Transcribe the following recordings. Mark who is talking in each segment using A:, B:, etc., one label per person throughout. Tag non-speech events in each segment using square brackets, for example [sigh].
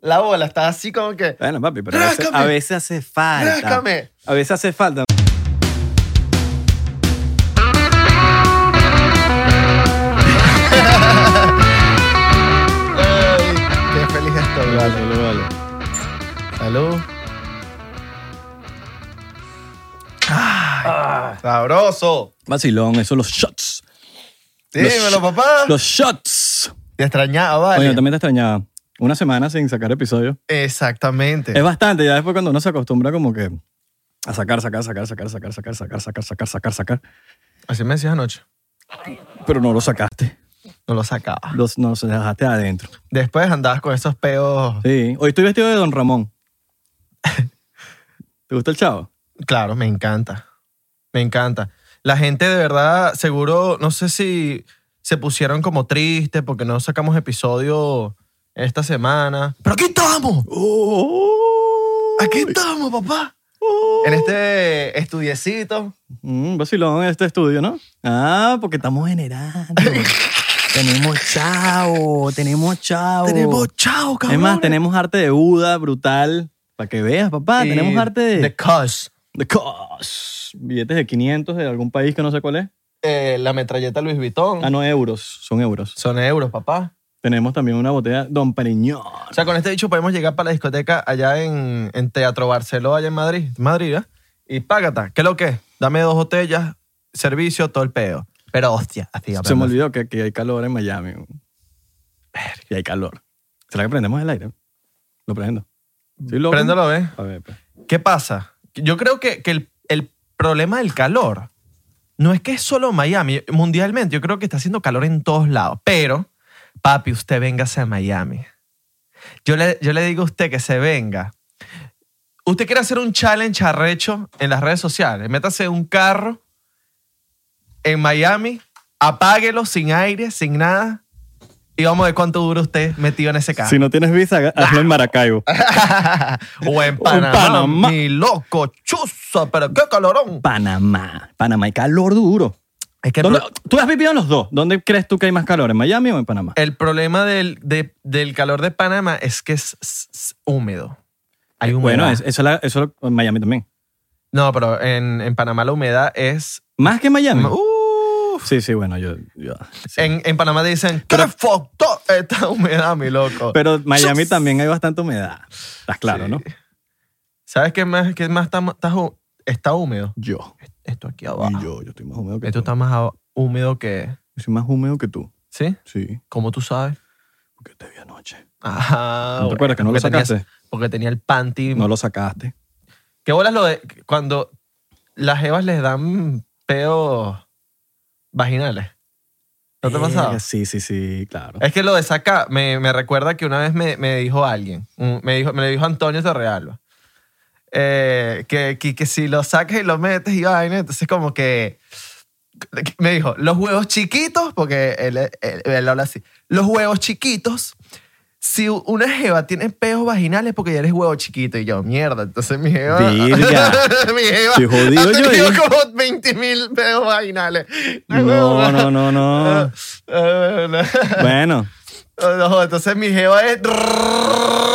A: la bola, estaba así como que.
B: Bueno, papi, pero a veces,
A: Ráscame.
B: a veces hace falta.
A: Ráscame.
B: A veces hace falta.
A: ¡Ay! ¡Qué feliz estoy! Vale. Salud. Ay, ¡Sabroso!
B: Vacilón, eso, los shots.
A: Dímelo,
B: sh-
A: papá.
B: Los shots.
A: Te extrañaba,
B: Coño,
A: vale.
B: también te extrañaba. Una semana sin sacar episodio.
A: Exactamente.
B: Es bastante, ya después cuando uno se acostumbra como que a sacar, sacar, sacar, sacar, sacar, sacar, sacar, sacar, sacar, sacar, sacar.
A: Así me decías anoche.
B: Pero no lo sacaste.
A: No lo sacaba.
B: Los, no, se dejaste adentro.
A: Después andabas con esos peos.
B: Sí. Hoy estoy vestido de Don Ramón. [laughs] ¿Te gusta el chavo?
A: Claro, me encanta. Me encanta. La gente de verdad, seguro, no sé si se pusieron como tristes porque no sacamos episodio esta semana. Pero aquí estamos. Aquí estamos, papá. En este estudiecito.
B: Mm, vacilón este estudio, ¿no? Ah, porque estamos generando. tenemos chavo, tenemos chavo.
A: chao,
B: Es más, tenemos arte de Buda, brutal. Para que veas, papá, tenemos arte de...
A: The Cuz.
B: de cos. Billetes de 500 de algún país que no sé cuál es.
A: Eh, la metralleta Luis Vuitton.
B: Ah, no, euros. Son euros.
A: Son euros, papá.
B: Tenemos también una botella Don Periñón.
A: O sea, con este dicho podemos llegar para la discoteca allá en, en Teatro Barceló, allá en Madrid. Madrid, ¿eh? Y págata. ¿Qué es lo que es? Dame dos botellas, servicio, todo el pedo. Pero hostia, así
B: Se me
A: hablando.
B: olvidó que, que hay calor en Miami. Y hay calor. ¿Será que prendemos el aire? Lo prendo. Sí, lo-
A: Préndelo, ¿eh? ¿ves?
B: A ver, pues.
A: ¿Qué pasa? Yo creo que, que el, el problema del calor no es que es solo Miami. Mundialmente, yo creo que está haciendo calor en todos lados. Pero, papi, usted véngase a Miami. Yo le, yo le digo a usted que se venga. Usted quiere hacer un challenge arrecho en las redes sociales. Métase en un carro en Miami, apáguelo sin aire, sin nada. Y vamos a ver cuánto dura usted metido en ese carro.
B: Si no tienes visa, haga- hazlo en Maracaibo.
A: [laughs] o en
B: Panamá,
A: Panamá, mi loco, chuzo, pero qué calorón.
B: Panamá. Panamá hay calor duro.
A: Es que el,
B: ¿Dónde-
A: pro-
B: Tú has vivido en los dos. ¿Dónde crees tú que hay más calor? ¿En Miami o en Panamá?
A: el problema del, de- del calor de Panamá es que es, es- es húmedo. Hay humedad.
B: Bueno, es- eso, es la- eso en Miami también.
A: No, pero en, en Panamá la humedad es...
B: ¿Más que en Miami?
A: Uf.
B: Sí, sí, bueno, yo... yo- sí.
A: En, en Panamá dicen, ¡qué foto esta humedad, mi loco!
B: Pero Miami
A: Sus.
B: también hay bastante humedad. Estás claro,
A: Sí.
B: ¿no?
A: ¿Sabes qué más, qué más está, está hu- está húmedo?
B: Yo.
A: Esto aquí
B: Y
A: abajo.
B: yo, yo estoy más húmedo que
A: Ah. Esto
B: tú.
A: está más a- húmedo que...
B: Yo soy más húmedo que tú.
A: ¿Sí?
B: Sí,
A: ¿Cómo tú sabes?
B: porque te vi anoche.
A: Ajá.
B: ¿No te acuerdas que no lo
A: Ah, porque tenías-
B: sacaste?
A: porque tenía el panty
B: No lo sacaste.
A: ¿Qué bolas lo de cuando las jevas les dan peos vaginales? ¿No te ha pasado? Eh,
B: Eh, Sí, sí, sí, claro.
A: Es que lo de saca me, me recuerda que una vez me, me dijo alguien, mm, me, dijo, me lo dijo Antonio Torrealba, eh, que, que, que si lo sacas y lo metes y vaina, entonces como que me dijo, los huevos chiquitos, porque él, él- él habla así, los huevos chiquitos, si una jeva tiene peos vaginales porque ya eres huevo chiquito y yo, mierda, entonces mi jeva...
B: Virga.
A: [laughs] mi jeva
B: Estoy jodido
A: ha
B: yo
A: tenido
B: ahí.
A: como 20 mil peos vaginales. Eh,
B: No, no,
A: [laughs]
B: no, no. Bueno,
A: Oh, No, entonces mi jeva es. [laughs]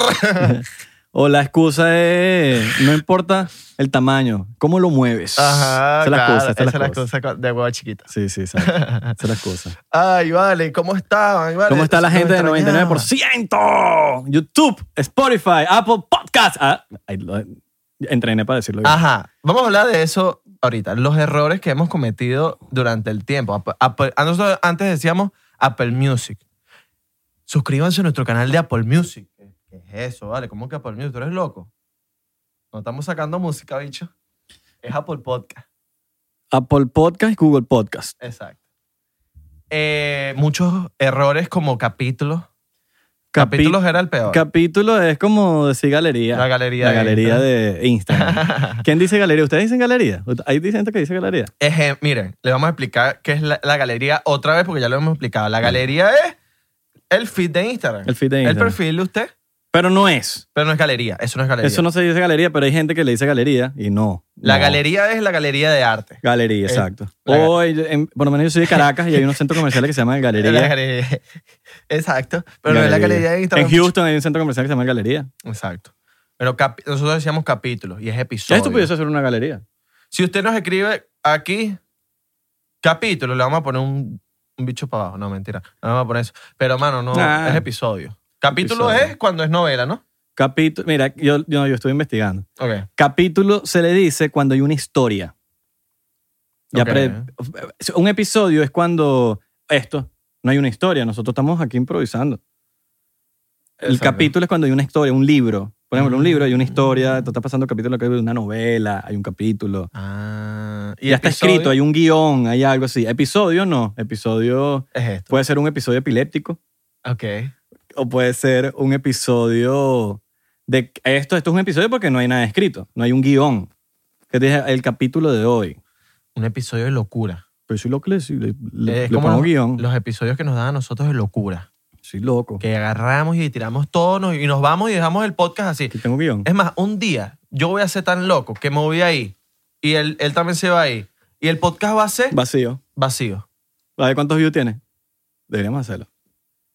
B: o la excusa es, no importa el tamaño, cómo lo mueves.
A: Ajá.
B: Esa es la
A: claro,
B: excusa, esa es la excusa.
A: cosa de hueva chiquita.
B: Sí, sí, exacto. Esa es la excusa.
A: Ay, vale, ¿cómo estaban? Vale,
B: ¿Cómo está la
A: me
B: gente del
A: extrañaba.
B: 99%? YouTube, Spotify, Apple Podcast. Ah, ahí lo- entrené para decirlo bien.
A: Ajá. Vamos a hablar de eso ahorita. Los errores que hemos cometido durante el tiempo. Apple- Apple- a nosotros antes decíamos Apple Music. Suscríbanse a nuestro canal de Apple Music. ¿Qué qué es eso? Vale, ¿cómo que Apple Music? ¿Tú eres loco? No estamos sacando música, bicho. Es Apple Podcast.
B: Apple Podcast y Google Podcast.
A: Exacto. Eh, muchos errores como capítulos.
B: Capi-
A: capítulos era el peor.
B: Capítulo es como decir galería.
A: La galería
B: La
A: de
B: galería de [laughs] Instagram. ¿Quién dice galería? ¿Ustedes dicen galería? Hay gente que dice galería.
A: Ejem- miren, le vamos a explicar qué es la, la galería otra vez porque ya lo hemos explicado. La galería es el feed de Instagram.
B: El feed de
A: El
B: Instagram.
A: perfil de usted.
B: Pero no es.
A: Pero no es galería, eso no es galería.
B: Eso no se dice galería, pero hay gente que le dice galería y no.
A: la
B: no.
A: galería es la galería de arte.
B: Galería,
A: Eh,
B: exacto.
A: la ga-
B: O en- por lo menos yo soy de Caracas y hay unos centros comerciales que se llaman Galería.
A: La galería- [laughs] Exacto. Pero no es la galería de Instagram.
B: En Houston hay un centro comercial que se llama Galería.
A: Exacto. Pero cap- nosotros decíamos capítulos y es episodio.
B: Esto pudiese ser una galería.
A: Si usted nos escribe aquí capítulo, le vamos a poner un, un bicho para abajo. No, mentira. No le vamos a poner eso. Pero, mano, no,
B: Nah.
A: es episodio. Capítulo
B: Episodio.
A: es cuando es novela, ¿no?
B: Capítulo, mira, yo, yo, yo estoy investigando.
A: Ok.
B: Capítulo se le dice cuando hay una historia. Ya
A: Ok.
B: pre- un episodio es cuando esto, no hay una historia, nosotros estamos aquí improvisando. El
A: Exacto.
B: capítulo es cuando hay una historia, un libro. Por ejemplo, un
A: Mm.
B: libro, hay una historia, tú estás pasando el capítulo, hay una novela, hay un capítulo.
A: Ah, y
B: Ya está
A: episodio
B: escrito, hay un guión, hay algo así. Episodio no, episodio
A: Es esto.
B: puede ser un episodio epiléptico
A: Ok.
B: o puede ser un episodio de esto, esto es un episodio porque no hay nada escrito, no hay un guión. Que te dije, el capítulo de hoy.
A: Un episodio de locura.
B: Pero soy loco, le, le, le-
A: es
B: le
A: como
B: pongo
A: los,
B: guión.
A: los episodios que nos dan a nosotros de locura.
B: Soy loco.
A: Que agarramos y tiramos todos nos- y nos vamos y dejamos el podcast así.
B: Aquí tengo guión.
A: Es más, un día yo voy a ser tan loco que me voy ahí y él, él también se va ahí. Y el podcast va a ser
B: Vacío.
A: vacío.
B: A ver cuántos views tiene. Deberíamos hacerlo.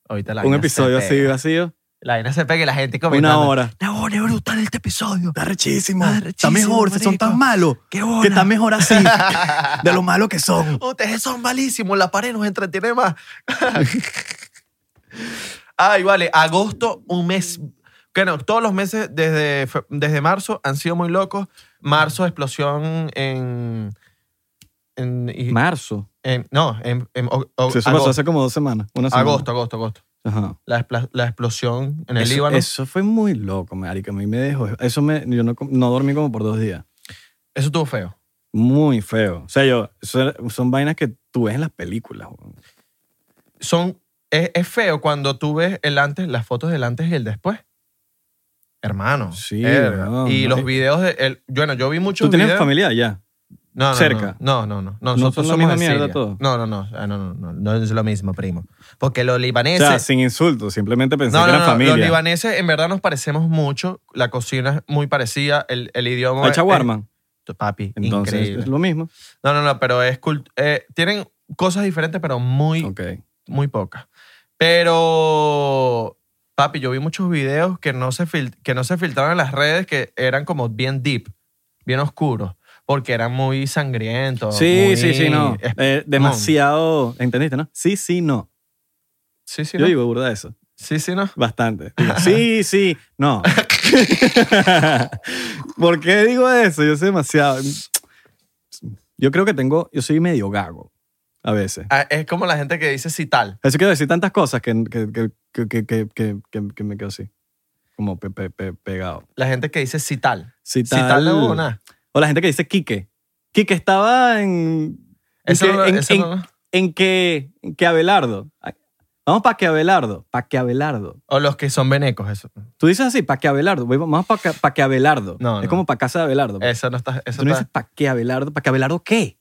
A: Ahorita la
B: Un
A: vaina
B: episodio
A: se
B: así
A: pega.
B: vacío.
A: La vaina se pega y la gente
B: Una
A: comentando.
B: hora. Ah,
A: No, es brutal este episodio.
B: Está rechísimo.
A: Está rechísimo,
B: si
A: marico.
B: malos.
A: ¡Qué bola! [laughs]
B: mejor así. de lo malo que son.
A: Ustedes son malísimos. La pared nos entretiene más. [laughs] Ay, vale. Agosto, un mes. Que no, todos los meses desde, fe- desde marzo han sido muy locos. Marzo, explosión en. en, y-
B: Marzo.
A: en- no, en. en o- o-
B: Sí, Eso pasó hace como dos semanas. Una semana.
A: Agosto, agosto, agosto.
B: Ajá.
A: La, expla- la explosión en el
B: eso,
A: Líbano.
B: eso fue muy loco, marica. A mí me dejó. Eso me, yo no, no dormí como por dos días.
A: Eso estuvo feo.
B: Muy feo. O sea, yo, eso era- son vainas que tú ves en las películas. weón.
A: Son, es, es feo cuando tú ves el antes, las fotos del antes y el después. Hermano.
B: Sí,
A: verga.
B: no,
A: y
B: no.
A: los videos de el, bueno, yo vi muchos
B: ¿Tú tienes
A: videos.
B: familia allá?
A: No, no,
B: cerca?
A: No, no, no. No,
B: ¿No
A: nosotros
B: son la
A: somos
B: misma
A: de
B: mierda
A: Siria.
B: todos?
A: No, no, no, ah, no, no, no, no es lo mismo, primo. Porque los
B: O
A: libaneses
B: sea, sin insultos. Simplemente pensé
A: No,
B: que
A: no,
B: eran
A: no,
B: familia.
A: Los libaneses en verdad nos parecemos mucho, la cocina es muy parecida, el, el idioma
B: Hay
A: es-
B: chaguarma.
A: es- papi,
B: Entonces,
A: eh, increíble.
B: es lo mismo.
A: No, no, no, pero es cult- eh, tienen cosas diferentes, pero muy,
B: Ok.
A: muy pocas. Pero, papi, yo vi muchos videos que no se, fil- que no se filtraron en las redes, que eran como bien deep, bien oscuros, porque eran muy sangrientos.
B: Sí,
A: Oh, muy-
B: sí, sí, no.
A: es-
B: Eh, demasiado. ¿Entendiste, no? Sí, sí, no.
A: sí, sí,
B: Yo
A: no.
B: digo burda de eso.
A: Sí, sí, no. [laughs]
B: Bastante. Digo, sí, sí, no. [laughs] ¿Por qué digo eso? Yo soy demasiado. Yo creo que tengo. Yo soy medio gago a veces.
A: Ah, Es como la gente que dice sí tal.
B: Eso quiero decir tantas cosas que, que, que, que, que, que, que- que- que me quedo así. Como pe- pe- pe- pegado.
A: La gente que dice sí tal.
B: Si
A: Sí tal la buena.
B: O la gente que dice Quique. Quique estaba en. en
A: Eso
B: que-
A: no-
B: en-
A: eso
B: en-
A: no-
B: en que, en que Abelardo. Ay, Vamos para que Abelardo. Para que Abelardo.
A: O los que son venecos, eso.
B: Tú dices así, para que Abelardo. voy- Vamos para que, pa' que Abelardo.
A: No,
B: es
A: no.
B: como para casa de Abelardo.
A: Eso no está. Eso,
B: Tú no
A: está-
B: dices para que Abelardo. ¿Para que Abelardo qué?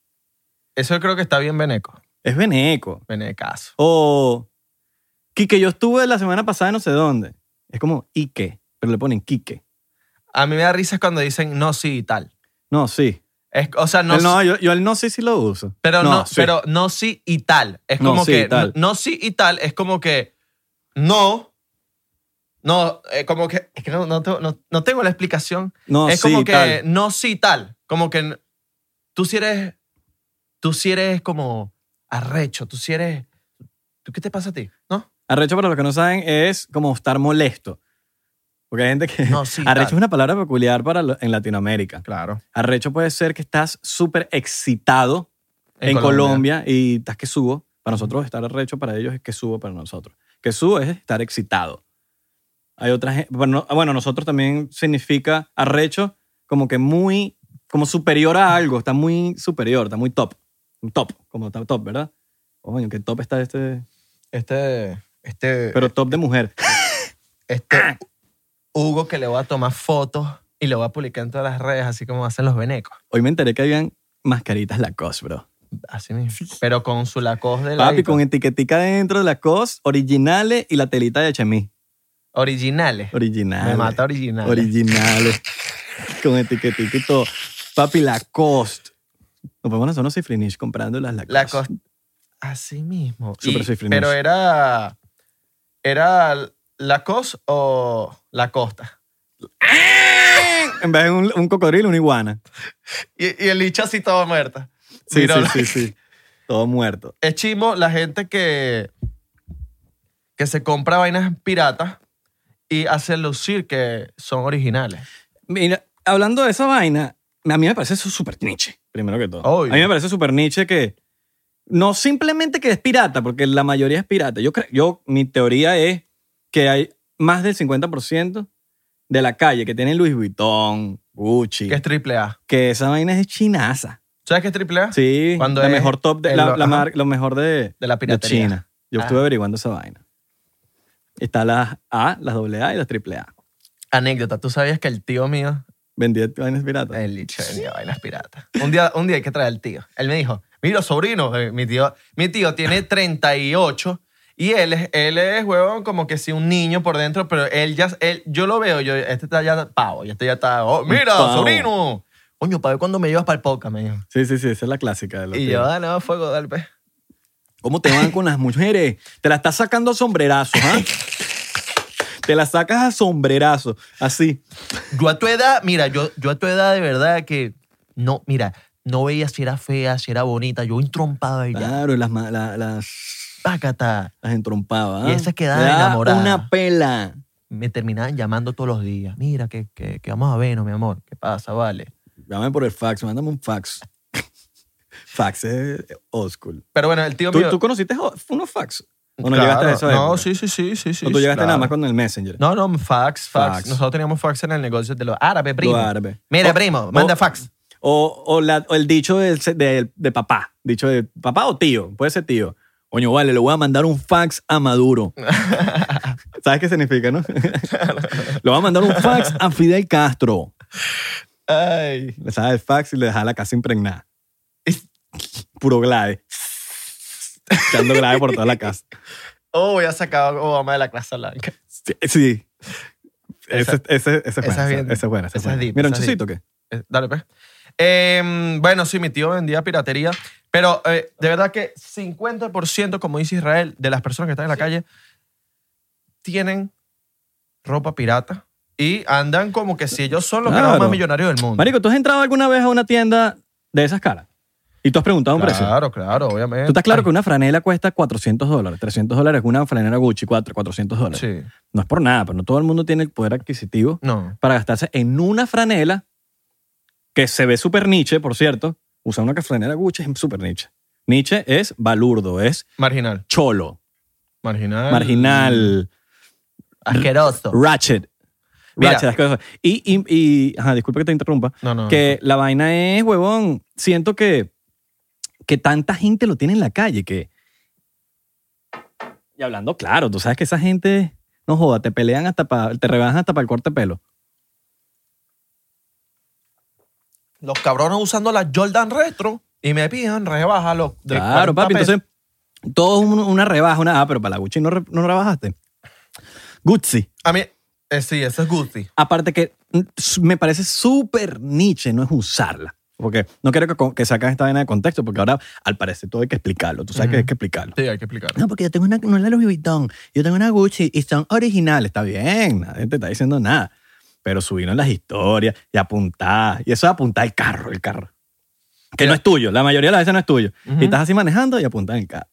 A: eso creo que está bien veneco.
B: Es veneco.
A: Venecazo.
B: O Quique, yo estuve la semana pasada en no sé dónde. Es como Ike, pero le ponen Quique.
A: A mí me da risa cuando dicen no, sí y tal.
B: No, sí.
A: Es, o sea, no,
B: El no, yo, yo el no sí sí lo uso.
A: pero, no,
B: sí.
A: pero no, sí y tal. Es
B: No,
A: como
B: sí y
A: que
B: tal.
A: No, no, sí y tal es como que no. No, eh, como que. Es que no, no, tengo- no- no tengo la explicación.
B: No,
A: es
B: sí,
A: como que
B: tal.
A: no, sí y tal. Como que n- tú si eres. Tú si eres como arrecho. Tú si eres. ¿tú- ¿Qué te pasa a ti? ¿No?
B: Arrecho, para los que no saben, es como estar molesto. Porque hay gente que... [laughs]
A: No, sí. y
B: Arrecho es
A: tal.
B: una palabra peculiar para lo- en Latinoamérica.
A: Claro.
B: Arrecho puede ser que estás súper excitado en, Colombia. y estás que subo. Para nosotros estar arrecho, para ellos es que subo para nosotros. Que subo es estar excitado. Hay otras... gen- Bueno, no- bueno, nosotros también significa arrecho como que muy... Como superior a algo. Está muy superior, está muy top. Un top, como está top, ¿verdad? Coño, qué top está este...
A: Este. Este.
B: Pero Ah. top de mujer.
A: este Hugo que le voy a tomar fotos y lo voy a publicar en todas las redes, así como hacen los venecos.
B: Hoy me enteré que habían mascaritas Lacoste, bro.
A: Así mismo. Pero con su Lacoste de
B: Papi,
A: ladito.
B: con etiquetica dentro de Lacoste, originales y la telita de chemis.
A: Originales.
B: Original.
A: Me mata originales.
B: Originales. Con etiquetito y todo. Papi, Lacoste. Nos podemos hacer unos cifrinish comprando las Lacoste.
A: La costa. Así mismo.
B: Super
A: Y-
B: Swift Finish.
A: pero era. Era la cos o la costa.
B: En vez de un, un cocodrilo, una iguana.
A: Y, y el bicho así todo muerta.
B: Sí,
A: Miró la-
B: sí, sí, sí. Todo muerto.
A: Es chimo la gente que. que se compra vainas piratas y hace lucir que son originales.
B: Mira, hablando de esa vaina, a mí me parece eso súper niche, primero que todo.
A: Obvio.
B: A mí me parece súper niche que no simplemente que es pirata, porque la mayoría es pirata. Yo creo, yo, mi teoría es que hay más del 50% de la calle que tiene Louis Vuitton, Gucci,
A: Que
B: que,
A: es triple A.
B: esa vaina es chinaza.
A: ¿Sabes qué es triple A?
B: Sí,
A: Cuando
B: la
A: es
B: mejor top, de,
A: el-
B: la, la
A: ajá.
B: mar- lo mejor de,
A: De la
B: de
A: piratería.
B: China. Yo
A: Ah.
B: estuve averiguando esa vaina. Está las A, las AA y las AAA.
A: Anécdota, ¿tú sabías que el tío mío
B: Vendía vainas piratas.
A: El bicho vendía vainas piratas. Un día, un día hay que traer al tío. Él me dijo, mira, sobrino, eh, mi tío, mi tío tiene 38 y él es, él es, huevón, como que si un niño por dentro, pero él ya, él, yo lo veo, yo, este está ya pavo, y este ya está, oh, mira,
B: Pavo.
A: sobrino. Coño, para ver cuándo me llevas para el podcast, me dijo.
B: Sí, sí, sí, esa es la clásica. De los
A: Y
B: tíos.
A: yo, ah, no, fuego, dale, pues.
B: ¿Cómo te van con las mujeres? Te la estás sacando a sombrerazos, ¿ah? Te la sacas a sombrerazos, así.
A: Yo a tu edad, mira, yo, yo a tu edad de verdad que, no, mira, no veía si era fea, si era bonita, yo entrompaba y ya,
B: Claro, las, ma- la- las,
A: pácata,
B: las entrompaba. ¿ah?
A: Y esas quedaban
B: Le daba
A: enamoradas.
B: Una pela.
A: me terminaban llamando todos los días. Mira, que, que, que vamos a vernos, mi amor. ¿Qué pasa? Vale.
B: Llámame por el fax, mándame un fax. [laughs] fax es old school.
A: Pero bueno, el tío
B: ¿Tú,
A: mío...
B: tú conociste o- unos fax? ¿O no
A: Claro.
B: llegaste a eso?
A: No, sí, sí, sí, sí, sí.
B: ¿O tú llegaste
A: claro.
B: nada más con el Messenger?
A: No, no, fax, fax,
B: Fax. Oh,
A: Nosotros teníamos fax en el negocio de los árabes, primo.
B: Lo árabe.
A: Mira,
B: O-
A: primo, manda fax.
B: O, o la- o el dicho del- de, de papá. Dicho de papá o tío. Puede ser tío. Oño, vale, le voy a mandar un fax
A: [laughs]
B: a Maduro. ¿Sabes qué significa, no? le voy a mandar un fax a Fidel Castro.
A: Ay.
B: Le sabes el fax y le deja la casa impregnada. Puro glade. Echando glade por toda la casa.
A: Oh, ya sacado Obama de la clase blanca.
B: Sí. sí.
A: Esa-
B: Ese- ese- esa es
A: esa
B: buena.
A: es
B: Esa
A: bien-
B: esa es buena. esa es
A: esa es
B: buena.
A: deep,
B: Mira, un
A: esa es
B: chocito, ¿qué?
A: Eh, Dale, pues. Eh, bueno, sí, mi tío vendía piratería, pero eh, de verdad que 50%, como dice Israel, de las personas que están en la calle tienen ropa pirata y andan como que si ellos son los carajos
B: Claro.
A: más millonarios del mundo.
B: Marico, ¿tú has entrado alguna vez a una tienda de esas caras? Y tú has preguntado un precio.
A: Claro, claro, obviamente.
B: Tú estás claro
A: Ay,
B: que una franela cuesta 400 dólares. 300 dólares es una franela Gucci, 4, 400 dólares.
A: Sí,
B: No es por nada, pero no todo el mundo tiene el poder adquisitivo
A: no.
B: para gastarse en una franela que se ve súper niche, por cierto. Usar una franela Gucci es súper niche. Niche es balurdo, es
A: Marginal.
B: cholo,
A: Marginal.
B: marginal,
A: Asqueroso.
B: ratchet.
A: Mira. Ah,
B: Ratchet, las cosas. Y, y, y- ajá, disculpa que te interrumpa.
A: No, no.
B: Que la vaina es, huevón, siento que, que tanta gente lo tiene en la calle que... Y hablando claro, tú sabes que esa gente, no joda, te pelean hasta para, te rebajan hasta para el corte de pelo.
A: Los cabrones usando la Jordan Retro y me piden rebaja los de 40
B: claro, papi,
A: pesos.
B: entonces todo un- una rebaja, una... Ah, pero para la Gucci no, re- no rebajaste. Gucci.
A: A mí, eh, sí, eso es Gucci.
B: Aparte que mm, s- me parece súper niche, no es usarla. Porque no quiero que, co- que sacan esta vaina de contexto, porque ahora al parecer todo hay que explicarlo. Tú sabes que
A: Ujú.
B: hay que explicarlo.
A: Sí, hay que explicarlo.
B: No, porque yo tengo una, no es la Louis Vuitton, yo tengo una Gucci y son originales. Está bien, nadie te está diciendo nada. Pero subieron las historias y apuntar. Y eso es apuntar el carro, el carro. Que no es tuyo, la mayoría de las veces no es tuyo.
A: Ujú.
B: Y estás así manejando y apuntar el carro.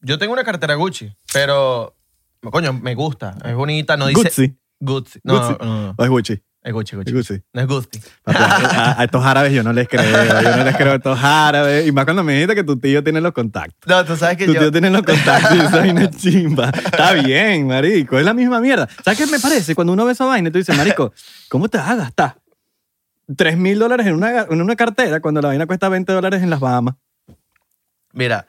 A: Yo tengo una cartera Gucci, pero. Coño, me gusta. Es bonita, no dice.
B: Gucci,
A: Gucci. No,
B: Gucci.
A: no, no, no.
B: o es Gucci,
A: Es Gucci, Gucci.
B: es Gucci.
A: No es Gucci.
B: Papi, a, a- a estos árabes yo no les creo, yo no les creo a estos árabes. Y más cuando me dijiste que tu tío tiene los contactos.
A: No, tú sabes que
B: Tu
A: yo.
B: tío tiene los contactos y esa vaina es chimba. Está bien, marico, es la misma mierda. ¿Sabes qué me parece? Cuando uno ve esa vaina, tú dices, marico, ¿cómo te vas a gastar? 3 mil dólares en una, en una cartera cuando la vaina cuesta 20 dólares en las Bahamas.
A: Mira,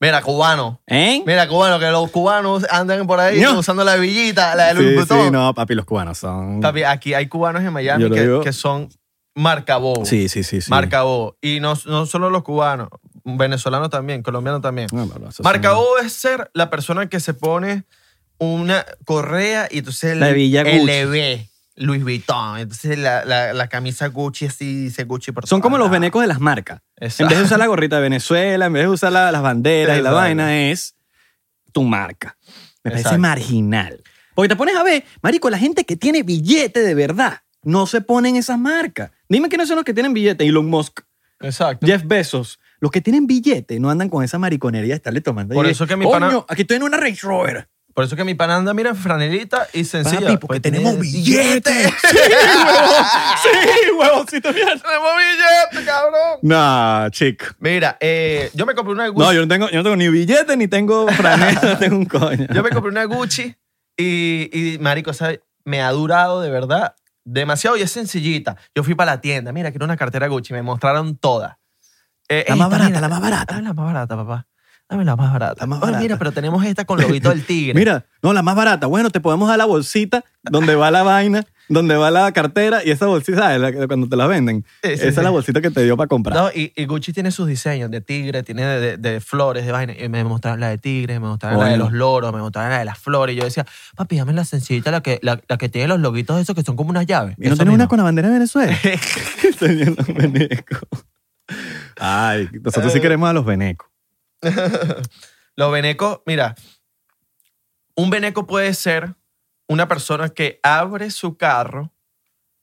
A: mira, cubano.
B: ¿Eh?
A: Mira, cubano, que los cubanos andan por ahí
B: Ño.
A: usando la villita, la de Louis
B: Sí,
A: Vuitton.
B: sí, no, papi, los cubanos son...
A: Papi, aquí hay cubanos en
B: Yo
A: Miami
B: lo
A: que,
B: digo.
A: que son marcabobo.
B: Sí, sí, sí. sí.
A: Marcabobo. Y no, no solo los cubanos, venezolanos también, colombianos también.
B: No, no, no, eso son-
A: Marcabobo es ser la persona que se pone una correa y entonces
B: La
A: el
B: hebilla Gucci.
A: LV, Louis Vuitton. Entonces la, la- la camisa Gucci así dice Gucci por
B: Son
A: todos
B: como los
A: lados.
B: venecos de las marcas. En
A: Exacto.
B: vez de usar la gorrita de Venezuela, en vez de usar la- las banderas y la
A: Exacto.
B: vaina, es tu marca. Me parece
A: Exacto.
B: marginal. Porque te pones a ver, marico, la gente que tiene billete de verdad no se ponen esas marcas. Dime quiénes son los que tienen billete. Elon Musk,
A: Exacto.
B: Jeff Bezos. Los que tienen billete no andan con esa mariconería de estarle tomando.
A: Por
B: ahí,
A: eso que mi
B: "Coño,
A: pana-
B: aquí estoy en una Range Rover.
A: Por eso que mi pananda mira franelita y sencilla.
B: Papi, porque
A: Pues,
B: tenemos
A: tiene-
B: billete. sí, huevón. Sí, huevón, sí, también.
A: [laughs] ¡Tenemos billete, cabrón!
B: Nah, chico.
A: Mira, eh, yo me compré una Gucci.
B: No, yo no tengo, yo no tengo ni billete, ni tengo franela, [laughs] no tengo un coño.
A: Yo me compré una Gucci y, y marico, ¿sabes? me ha durado de verdad demasiado y es sencillita. Yo fui para la tienda, mira, quiero una cartera Gucci, me mostraron todas. Eh,
B: La más
A: esta,
B: barata,
A: mira,
B: la más barata.
A: Dame la más barata, papá. Dame la más barata.
B: La más
A: Oye,
B: barata.
A: mira, pero tenemos esta con lobito del tigre.
B: [laughs] Mira, no, la más barata. Bueno, te podemos dar la bolsita donde va la vaina, donde va la cartera y esa bolsita, ¿sabes? La que- cuando te la venden.
A: Sí, sí,
B: esa es
A: sí.
B: la bolsita que te dio para comprar.
A: No, y, y Gucci tiene sus diseños de tigre, tiene de, de- de flores, de vaina. Y me mostraron la de tigre, me mostraron la de
B: Coño.
A: los loros, me mostraron la de las flores. Y yo decía, papi, dame la sencillita, la que, la, la que tiene los loguitos esos que son como unas llaves.
B: ¿Y no
A: Eso
B: tenés una
A: mismo.
B: con la bandera de Venezuela?
A: [laughs]
B: [laughs] Señor los venecos. Ay, nosotros sí queremos a los venecos.
A: Los venecos, mira, un veneco puede ser una persona que abre su carro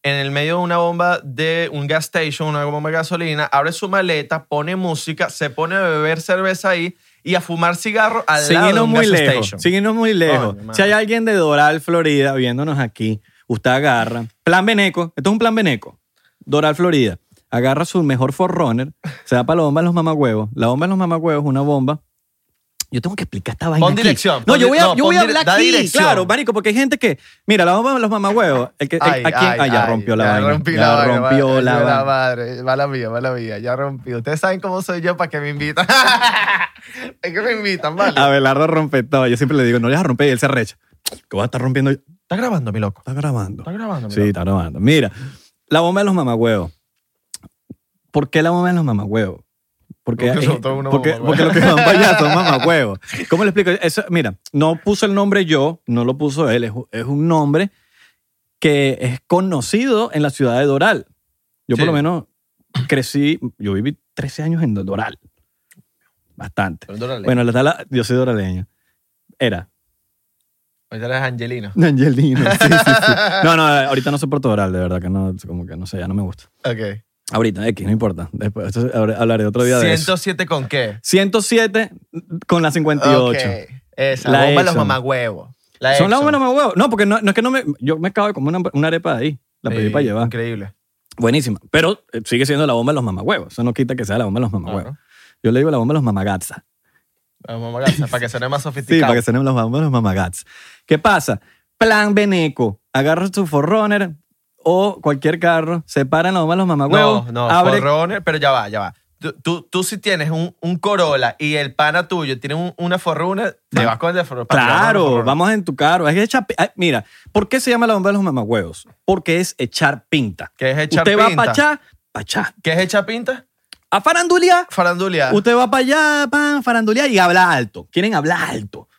A: en el medio de una bomba de un gas station, una bomba de gasolina, abre su maleta, pone música, se pone a beber cerveza ahí y a fumar cigarro al
B: Sin
A: lado de
B: irnos
A: un
B: muy
A: gas
B: lejos. eh,
A: station.
B: Sin irnos muy lejos.
A: Coño,
B: si
A: madre.
B: hay alguien de Doral, Florida, viéndonos aquí, usted agarra. Plan Beneco. Esto es un plan Beneco. Doral, Florida. Agarra su mejor forerunner, se da para la bomba de los mamagüevos. La bomba de los mamagüevos es una bomba. Yo tengo que explicar esta vaina.
A: Pon
B: aquí.
A: dirección,
B: No,
A: pon
B: yo voy a,
A: di- no,
B: yo voy a
A: pon dire-
B: hablar
A: da
B: aquí.
A: dirección.
B: Claro, marico, porque hay gente que. Mira, la bomba de los mamagüevos. El que, el-
A: Ay,
B: ¿A quién?
A: ay,
B: Ah, ya
A: ay,
B: rompió la vaina.
A: rompí
B: ya
A: vaina,
B: rompió
A: madre,
B: la
A: yo
B: vaina.
A: madre. Mala mía, mala mía. Ya rompí. Ustedes saben cómo soy yo para que me invitan. [laughs] es que me invitan, ¿vale?
B: Abelardo rompe todo. Yo siempre le digo, no le vas a romper y él se arrecha. ¿Qué vas a estar rompiendo? Está
A: ¿Estás grabando, mi loco?
B: grabando.
A: ¿Estás grabando, mi
B: Sí,
A: loco?
B: está grabando. Mira, la bomba de los mamagüeos. ¿Por qué la bomba de los mamagüeos? Porque,
A: Porque son todos unos
B: porque,
A: mamagüeos.
B: porque los que van para allá
A: [laughs]
B: son mamagüeos. ¿Cómo le explico? Eso, mira, no puso el nombre yo, no lo puso él. Es, es un nombre que es conocido en la ciudad de Doral. Yo por
A: Sí.
B: lo menos crecí, yo viví 13 años en Doral. Bastante.
A: Perdónale.
B: Bueno, la tala, yo soy doraleño. Era.
A: Ahorita eres Angelino.
B: [laughs] Angelino. Sí, sí, [laughs] sí. No, no, ahorita no soporto oral, de verdad que no, como que no sé, ya no me gusta.
A: Ok.
B: Ahorita, X, no importa. Después esto habré- hablaré otro día de eso.
A: 107 con qué?
B: 107 con la 58.
A: Ok. Esa,
B: La
A: la bomba de los
B: Exxon.
A: mamagüevos. La
B: Son las
A: Exxon.
B: buenas más huevos. No, porque no, no es que no me. Yo me acabo de comer una, una arepa de ahí. La pedí
A: Sí,
B: para llevar.
A: Increíble.
B: Buenísima. Pero eh, sigue siendo la bomba de los mamagüevos. Eso no quita que sea la bomba de los mamagüevos.
A: Claro.
B: Yo le digo la bomba de los mamagazas.
A: La
B: [laughs]
A: mamagaza, para que suene más
B: Sí,
A: sofisticado.
B: para que se den los, mam- los mamagats. ¿Qué pasa? Plan Beneco. Agarra tu Forerunner o cualquier carro, separan los los mamagüevos.
A: No, no,
B: abre,
A: Forerunner, pero ya va, ya va. Tú, tú, tú si tienes un, un Corolla y el pana tuyo tiene un- una Forerunner, te
B: Va-
A: vas con el de Forerunner.
B: Claro, vamos en tu carro. Es que echar pi- ay, mira, ¿por qué se llama la bomba de los mamagüevos? Porque es echar pinta.
A: ¿Qué es echar
B: Usted va
A: pinta?
B: para allá, para allá.
A: ¿Qué es echar pinta?
B: A farandulear.
A: Farandulia.
B: Usted va para allá, pan, farandulear y habla alto. Quieren hablar alto.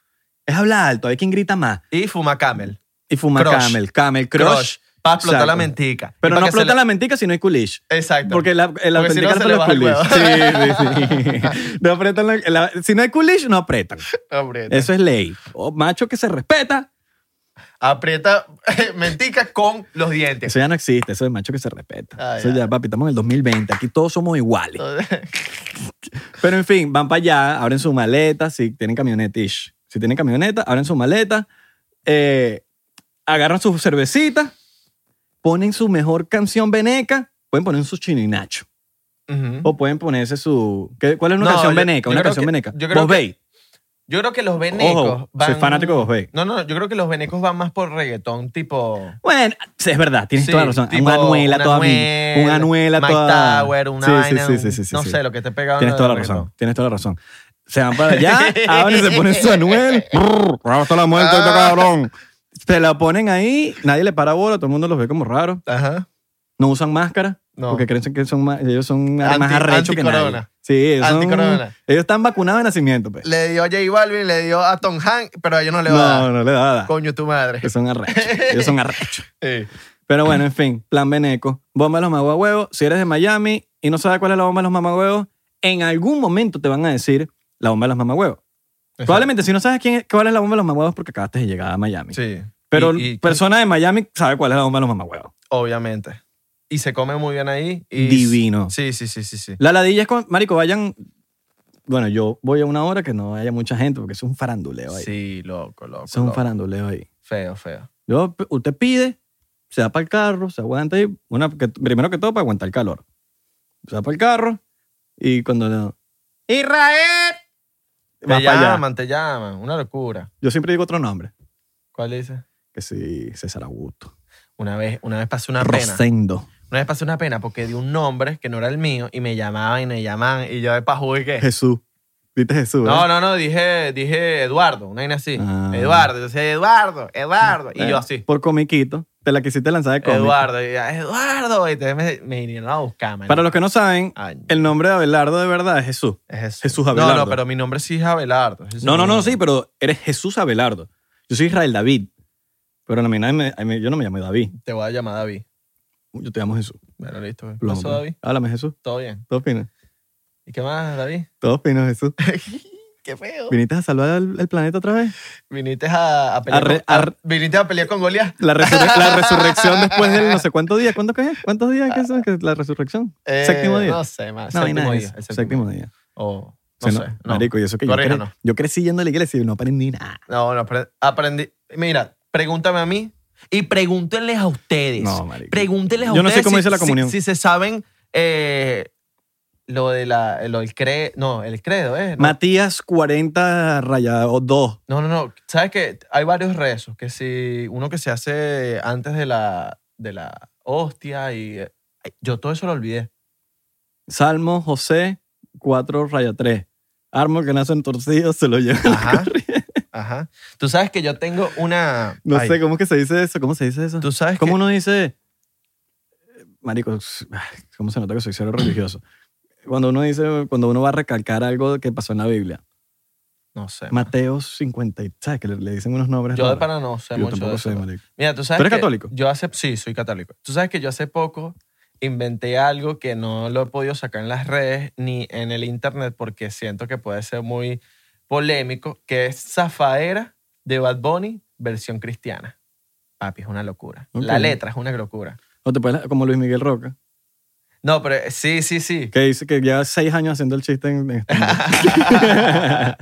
B: Es hablar alto, hay quien grita más.
A: Y fuma camel.
B: Y fuma
A: Crush.
B: camel, camel, crush.
A: Para explotar la
B: Exacto.
A: mentica. Y
B: Pero
A: pa'
B: no
A: que se
B: explota
A: le-
B: la mentica si no hay culish.
A: Exacto.
B: Porque la, el
A: Porque si no,
B: auténtica
A: se
B: fue
A: le
B: los
A: baja el
B: coolish. Sí, [laughs] sí, sí. No apretan la- la- si no hay coolish, no apretan.
A: [laughs] Aprieta.
B: Eso es ley. O macho que se respeta.
A: Aprieta [laughs] mentica con los dientes.
B: Eso ya no existe. Eso es macho que se respeta.
A: Ah,
B: eso
A: ya.
B: ya. papi, estamos en el 2020. Aquí todos somos iguales. Pero en fin, van para allá, abren su maleta. Si tienen camioneta, ish. si tienen camioneta, abren su maleta, eh, agarran sus cervecitas, ponen su mejor canción veneca, pueden poner su chininacho.
A: Ujú.
B: O pueden ponerse su. ¿qué- ¿Cuál es una
A: No,
B: canción
A: yo-
B: veneca?
A: yo
B: Una
A: creo
B: canción
A: que-
B: veneca.
A: yo creo
B: Vos
A: que-
B: veis.
A: Yo creo que los venecos
B: Ojo,
A: van.
B: soy fanático de los venecos.
A: No, no, yo creo que los venecos van más por reggaetón, tipo.
B: Bueno, sí, es verdad, tienes
A: sí,
B: toda la razón.
A: tipo
B: una anuela
A: un
B: todavía.
A: Anuel,
B: Una anuela
A: Mike
B: toda.
A: Tower, una
B: sí,
A: vaina,
B: sí, sí, sí,
A: un-
B: sí, sí,
A: no
B: sí.
A: sé, lo que te pega.
B: Tienes toda la razón. Tienes toda la razón. Se van para allá,
A: [laughs]
B: abren, se ponen su anuel. brrr, Ahora está la muerte, este
A: Ah.
B: cabrón. Se la ponen ahí, nadie le para bola, todo el mundo los ve como raros.
A: Ajá.
B: No usan máscara
A: No.
B: porque creen que son más, ellos son más
A: Anti-
B: arrechos que nadie.
A: anticorona.
B: Sí, Sí, ellos, son-
A: Anticorona.
B: ellos están vacunados de nacimiento, pues.
A: Le dio a J Balvin, le dio a Tom Hanks, pero a ellos no le va a
B: No,
A: dar.
B: no le da nada.
A: Coño, tu madre.
B: Ellos son arrechos. Ellos son arrechos.
A: Sí.
B: Pero bueno, en fin, plan Beneco. Bomba de los mamahuevos. Si eres de Miami y no sabes cuál es la bomba de los mamahuevos, en algún momento te van a decir la bomba de los mamahuevos. Probablemente si no sabes quién es, cuál es la bomba de los mamahuevos porque acabaste de llegar a Miami.
A: Sí.
B: Pero
A: Y- y-
B: persona de Miami sabe cuál es la bomba de los mamahuevos.
A: Obviamente. Y se come muy bien ahí. Y
B: Divino.
A: Sí, sí, sí, sí, sí.
B: La ladilla es con, marico, vayan... Bueno, yo voy a una hora que no haya mucha gente porque eso es un faranduleo ahí.
A: Sí, loco, loco.
B: Eso es un
A: loco.
B: faranduleo ahí.
A: Feo, feo.
B: Yo, usted pide, se da para el carro, se aguanta ahí. Una, que- primero que todo, para aguantar el calor. Se da para el carro y cuando. no, ¡Israel! Va
A: Te
B: para allá.
A: llaman, te llaman. Una locura.
B: Yo siempre digo otro nombre.
A: ¿Cuál dices?
B: Que sí, César Augusto.
A: Una vez, una vez pasé una pena.
B: Rosendo.
A: Una vez pasé una pena porque di un nombre que no era el mío y me llamaban y me llamaban y yo de pajú y qué.
B: Jesús. Viste Jesús.
A: Eh. No,
B: eh?
A: no, no, dije, dije Eduardo, una vaina así.
B: Ah.
A: Eduardo, yo decía Eduardo, Eduardo. Y
B: Eh,
A: yo así,
B: Por comiquito. Te la quisiste lanzar de cómico.
A: Eduardo, y ya, Eduardo. Y entonces me, me vinieron a buscar, man.
B: Para los que no saben,
A: Ay,
B: el nombre de Abelardo de verdad es Jesús.
A: es Jesús.
B: Jesús
A: No,
B: Abelardo.
A: no, pero mi nombre sí es Abelardo. Jesús
B: No, no, no,
A: Abelardo.
B: sí, pero eres Jesús Abelardo. Yo soy Israel David. Pero a mí nadie me- a mí- yo no me llamo David.
A: Te voy a llamar David.
B: Yo te llamo Jesús.
A: Bueno, listo. ¿Qué
B: Lo
A: pasó,
B: amo.
A: David?
B: Háblame, Jesús.
A: Todo bien.
B: Todo fino.
A: ¿Y qué más, David?
B: Todo fino, Jesús.
A: Qué feo.
B: ¿Viniste a salvar al, al planeta otra vez?
A: Viniste a, a pelear. con,
B: Arre-
A: a-
B: arre-
A: viniste a pelear con Goliat.
B: La, resurre- la resurrección después de no sé cuántos días. ¿Cuánto que es? ¿Cuántos días que es eso? que es la resurrección?
A: Eh,
B: Séptimo día.
A: No sé, man.
B: No, hay
A: séptimo
B: nada de
A: día.
B: eso.
A: el
B: Séptimo día.
A: O-
B: O sea,
A: no
B: no,
A: sé. No.
B: Marico, y eso que yo,
A: Corríjanos.
B: cre- yo crecí yendo a la iglesia y no aprendí nada.
A: No, no, apre- aprendí. Mira, pregúntame a mí y pregúntenles a ustedes.
B: No, marico.
A: Pregúntenles a
B: Yo
A: ustedes.
B: no sé cómo
A: si-
B: dice la
A: si-
B: comunión.
A: Si, se saben eh, lo, de la, lo del credo. No, el credo, ¿eh? No,
B: Matías 40 rayado 2.
A: no, no, no. ¿Sabes que Hay varios rezos. Que si uno que se hace antes de la, de la hostia y. eh, Yo todo eso lo olvidé.
B: Salmo José 4 raya 3. Árbol que nace entorcido se lo lleva.
A: Ajá. Ajá. Tú sabes que yo tengo una.
B: [laughs] No
A: Ay,
B: sé, ¿cómo es que se dice eso? ¿Cómo se dice eso?
A: Tú sabes
B: ¿Cómo
A: que.
B: uno dice, marico, [sighs] s- ay, cómo se nota que soy cero religioso? Cuando uno dice, cuando uno va a recalcar algo que pasó en la Biblia,
A: No sé.
B: Mateo 50, y- ¿sabes? Que le, le dicen unos nombres.
A: Yo de
B: raros.
A: pana no sé
B: Yo
A: mucho. de
B: tampoco
A: eso.
B: sé, marico.
A: Mira, tú sabes.
B: ¿Tú eres
A: que
B: católico?
A: Yo hace. Sí, soy católico. Tú sabes que yo hace poco inventé algo que no lo he podido sacar en las redes ni en el internet porque siento que puede ser muy polémico, que es Zafaera de Bad Bunny, versión cristiana. Papi, es una locura.
B: Ok.
A: La letra es una locura.
B: O te puedes, como Luis Miguel Roca,
A: No, pero eh, sí, sí, sí.
B: que dice que lleva seis años haciendo el chiste en, en
A: [laughs]
B: stand-up.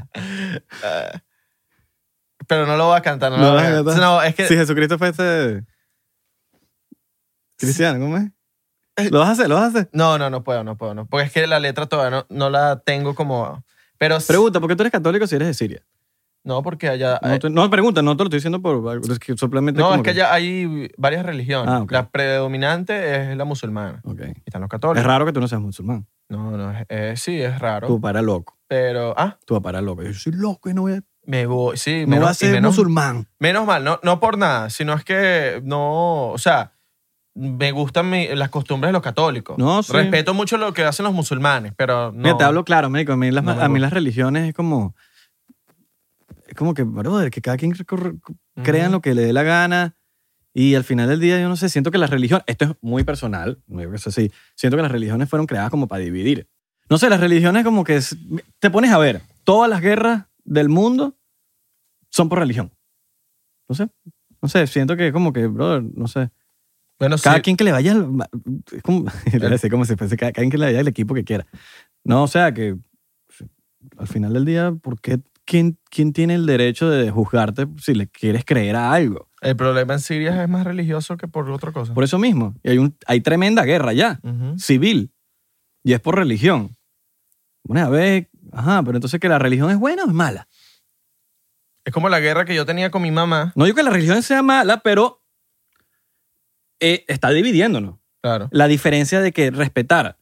A: Eh, pero no lo voy a cantar, no,
B: No
A: lo voy
B: vas
A: a
B: a
A: cantar.
B: cantar.
A: No, es que
B: Si Jesucristo fuese cristiano, ¿cómo es?
A: Eh.
B: ¿Lo vas a hacer? ¿Lo vas a hacer?
A: No, no, no puedo, no puedo, no. Porque es que la letra todavía no, no la tengo como. Pero. s-
B: Pregunta, ¿por qué tú eres católico si eres de Siria?
A: No, porque allá.
B: No, te- no, pregunta, no te lo estoy diciendo por... Es que simplemente
A: Eh. no,
B: como
A: es que allá hay varias religiones.
B: Ah, ok.
A: La predominante es la musulmana.
B: Ok.
A: Y están los
B: Es
A: católicos.
B: raro que tú no seas musulmán.
A: No, no, es- eh, sí, es raro.
B: Tu papá era loco.
A: Pero. Ah,
B: Tu papá era loco. Yo soy loco y no voy a,
A: me voy. Sí,
B: no voy a
A: menos, y
B: ser
A: menos,
B: musulmán.
A: menos mal. No, no por nada, sino es que no. O sea, me gustan mi- las costumbres de los católicos.
B: No, sí.
A: Respeto mucho lo que hacen los musulmanes, pero no.
B: Mira, te hablo claro, médico. A mí las,
A: No me
B: a mí
A: gusta.
B: las religiones es como... Es como que, brother, que cada quien cre-
A: Ujú.
B: crea en lo que le dé la gana. Y al final del día, yo no sé, siento que las religiones... Esto es muy personal, no digo que sea así. Siento que las religiones fueron creadas como para dividir. No sé, las religiones como que... es- te pones a ver, todas las guerras del mundo son por religión. No sé, no sé, siento que como que, brother, no sé.
A: Bueno,
B: Cada
A: sí.
B: quien que le vaya al. Es como, [laughs] iba a decir como si fuese cada, cada quien que le vaya al equipo que quiera. No, o sea que al final del día, ¿por qué quién, quién tiene el derecho de juzgarte si le quieres creer a algo?
A: El problema en Siria es más religioso que por otra cosa.
B: Por eso mismo. Y hay, un, hay tremenda guerra ya,
A: Ujú.
B: civil. Y es por religión. Una vez, ajá, pero entonces que la religión es buena o es mala.
A: Es como la guerra que yo tenía con mi mamá.
B: No digo que la religión sea mala, pero eh, está dividiéndonos.
A: Claro.
B: la diferencia de que respetar.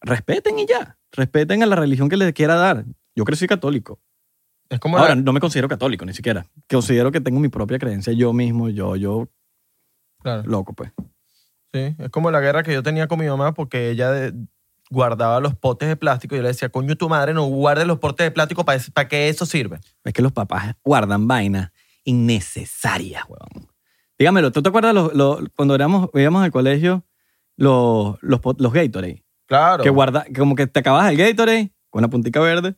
B: Respeten y ya. Respeten a la religión que les quiera dar. Yo crecí católico.
A: Es como
B: Ahora,
A: la-
B: no me considero católico ni siquiera. Considero que tengo mi propia creencia yo mismo, yo, yo,
A: claro,
B: loco, pues.
A: sí. es como la guerra que yo tenía con mi mamá porque ella de- guardaba los potes de plástico y yo le decía, coño, tu madre no guarde los potes de plástico para, es- para que eso sirve.
B: Es que los papás guardan vainas innecesarias, huevón. Dígamelo, ¿tú te acuerdas los- los- cuando éramos, íbamos al colegio los, los, pot- los Gatorade?
A: Claro.
B: Que, guarda, que como que te acababas el Gatorade con una puntica verde,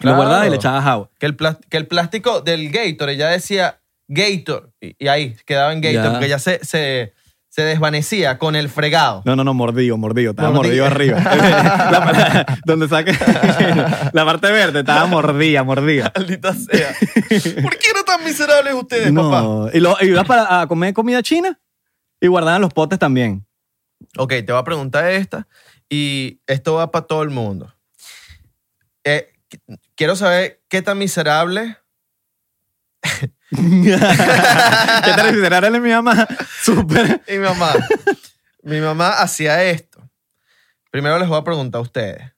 A: Claro.
B: lo guardabas y le echabas agua.
A: Que el, plas- que el plástico del Gator, ya decía Gator, y, y ahí quedaba en Gator,
B: Ya.
A: porque ya se, se, se desvanecía con el fregado.
B: No, no, no, mordido, mordido. Estaba
A: Mordido.
B: mordido, arriba. La par- donde saca [laughs] la parte verde, estaba mordida, mordida.
A: [laughs] Maldita sea. ¿Por qué eran tan miserables ustedes, papá?
B: No. Y, lo, y ibas para, a comer comida china y guardaban los potes también.
A: Ok, te voy a preguntar esta, y esto va para todo el mundo. Eh, qu- quiero saber qué tan miserable.
B: [laughs] ¿Qué tal literal mi mamá? [laughs] Súper.
A: Y mi
B: [laughs]
A: mamá, mi mamá hacía esto. Primero les voy a preguntar a ustedes.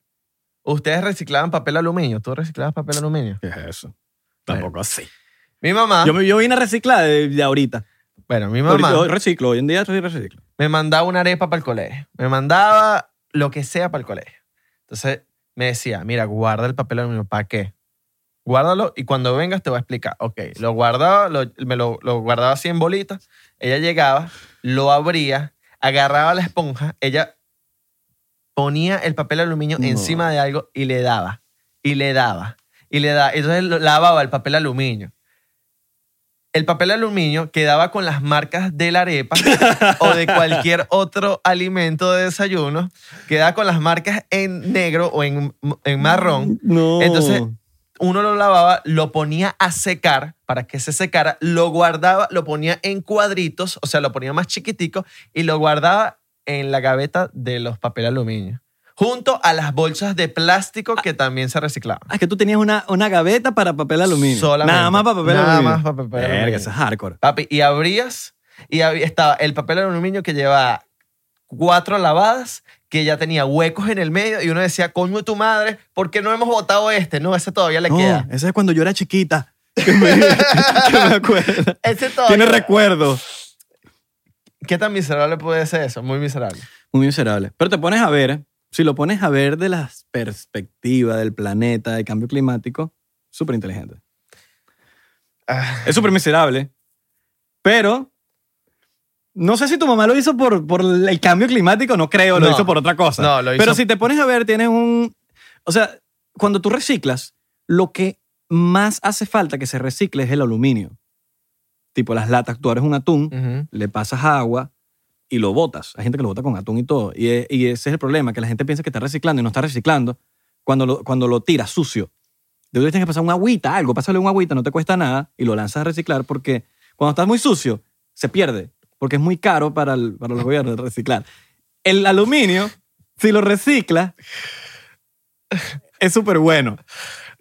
A: ¿Ustedes reciclaban papel aluminio? ¿Tú reciclabas papel aluminio?
B: ¿Qué es eso? Tampoco así.
A: Mi mamá,
B: Yo, me- yo vine a reciclar de, de ahorita.
A: bueno, Ah. mi
B: Ahorita-
A: mamá
B: Hoy reciclo, hoy en día sí reciclo.
A: me mandaba una arepa para el colegio. Me mandaba lo que sea para el colegio. Entonces me decía, mira, guarda el papel aluminio. ¿Para qué? Guárdalo y cuando vengas te voy a explicar. Ok, lo guardaba, lo- me lo, lo guardaba así en bolitas. Ella llegaba, lo abría, agarraba la esponja, ella ponía el papel aluminio
B: No.
A: encima de algo y le daba, y le daba, y le daba. Entonces lo- lavaba el papel aluminio. El papel aluminio quedaba con las marcas de la arepa o de cualquier otro alimento de desayuno, quedaba con las marcas en negro o en, en marrón.
B: No.
A: Entonces, Uno lo lavaba, lo ponía a secar para que se secara, lo guardaba, lo ponía en cuadritos, o sea, lo ponía más chiquitico y lo guardaba en la gaveta de los papel aluminio, junto a las bolsas de plástico que también se reciclaban.
B: Ah, es que tú tenías una, una gaveta para papel aluminio.
A: Solamente.
B: Nada más para papel
A: Nada
B: aluminio.
A: más para papel
B: Verga,
A: aluminio.
B: eso es hardcore.
A: Papi, y abrías y hab- estaba el papel aluminio que llevaba cuatro lavadas que ya tenía huecos en el medio y uno decía, coño de tu madre, ¿por qué no hemos votado este? No, ese todavía le
B: No,
A: queda.
B: ese es cuando yo era chiquita. [laughs] Que me, que
A: [laughs]
B: me acuerdo.
A: Ese todavía.
B: Tiene recuerdos.
A: ¿Qué tan miserable puede ser eso? Muy miserable.
B: Muy miserable. Pero te pones a ver, si lo pones a ver de las perspectivas del planeta, del cambio climático, súper inteligente.
A: Ah,
B: Es súper miserable. Pero no sé si tu mamá lo hizo por, por el cambio climático, no creo, lo
A: No.
B: hizo por otra cosa.
A: No, lo hizo-
B: Pero si te pones a ver, tienes un... O sea, cuando tú reciclas, lo que más hace falta que se recicle es el aluminio. Tipo las latas, tú abres un atún,
A: ujú.
B: le pasas agua y lo botas. Hay gente que lo bota con atún y todo. Y, e- y ese es el problema, que la gente piensa que está reciclando y no está reciclando cuando lo, cuando lo tiras sucio. Debes tienes que pasar una agüita, algo, pásale una agüita, no te cuesta nada y lo lanzas a reciclar porque cuando estás muy sucio se pierde porque es muy caro para, el- para los gobiernos [laughs] reciclar. El aluminio, si lo reciclas, es súper bueno.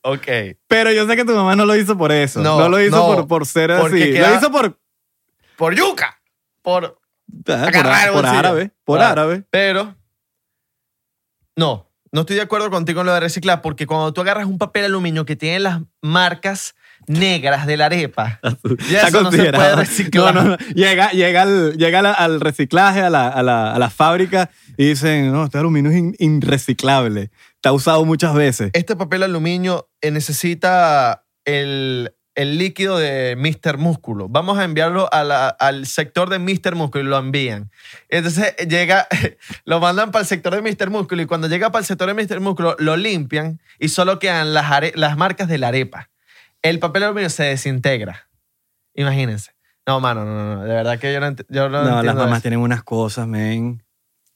A: Ok.
B: Pero yo sé que tu mamá no lo hizo por eso.
A: No,
B: No, lo hizo
A: no,
B: por, por ser
A: porque
B: así.
A: queda-
B: Lo hizo por,
A: Por yuca. Por...
B: Ah, por,
A: Agarrar el
B: por
A: bolsillo. Ah.
B: árabe. Por
A: Claro.
B: árabe.
A: Pero... No, no estoy de acuerdo contigo en lo de reciclar porque cuando tú agarras un papel aluminio que tiene las marcas negras de la arepa, ya
B: Está
A: eso no se puede
B: considerado.
A: reciclar.
B: No, no, no. Llega, llega, al, llega al, al reciclaje, a la, a, la, a la fábrica y dicen, no, este aluminio es in- irreciclable. Está usado muchas veces.
A: este papel aluminio eh, necesita el, el líquido de Mr. Músculo. Vamos a enviarlo a la- al sector de Mr. Músculo y lo envían. Entonces eh, llega, [laughs] lo mandan para el sector de Mr. Músculo y cuando llega para el sector de Mr. Músculo lo limpian y solo quedan las, are- las marcas de la arepa. El papel aluminio se desintegra. Imagínense. No, mano, no, no, no. De verdad que yo no, ent- yo no,
B: No,
A: entiendo
B: las mamás
A: eso. Eh.
B: tienen unas cosas, men.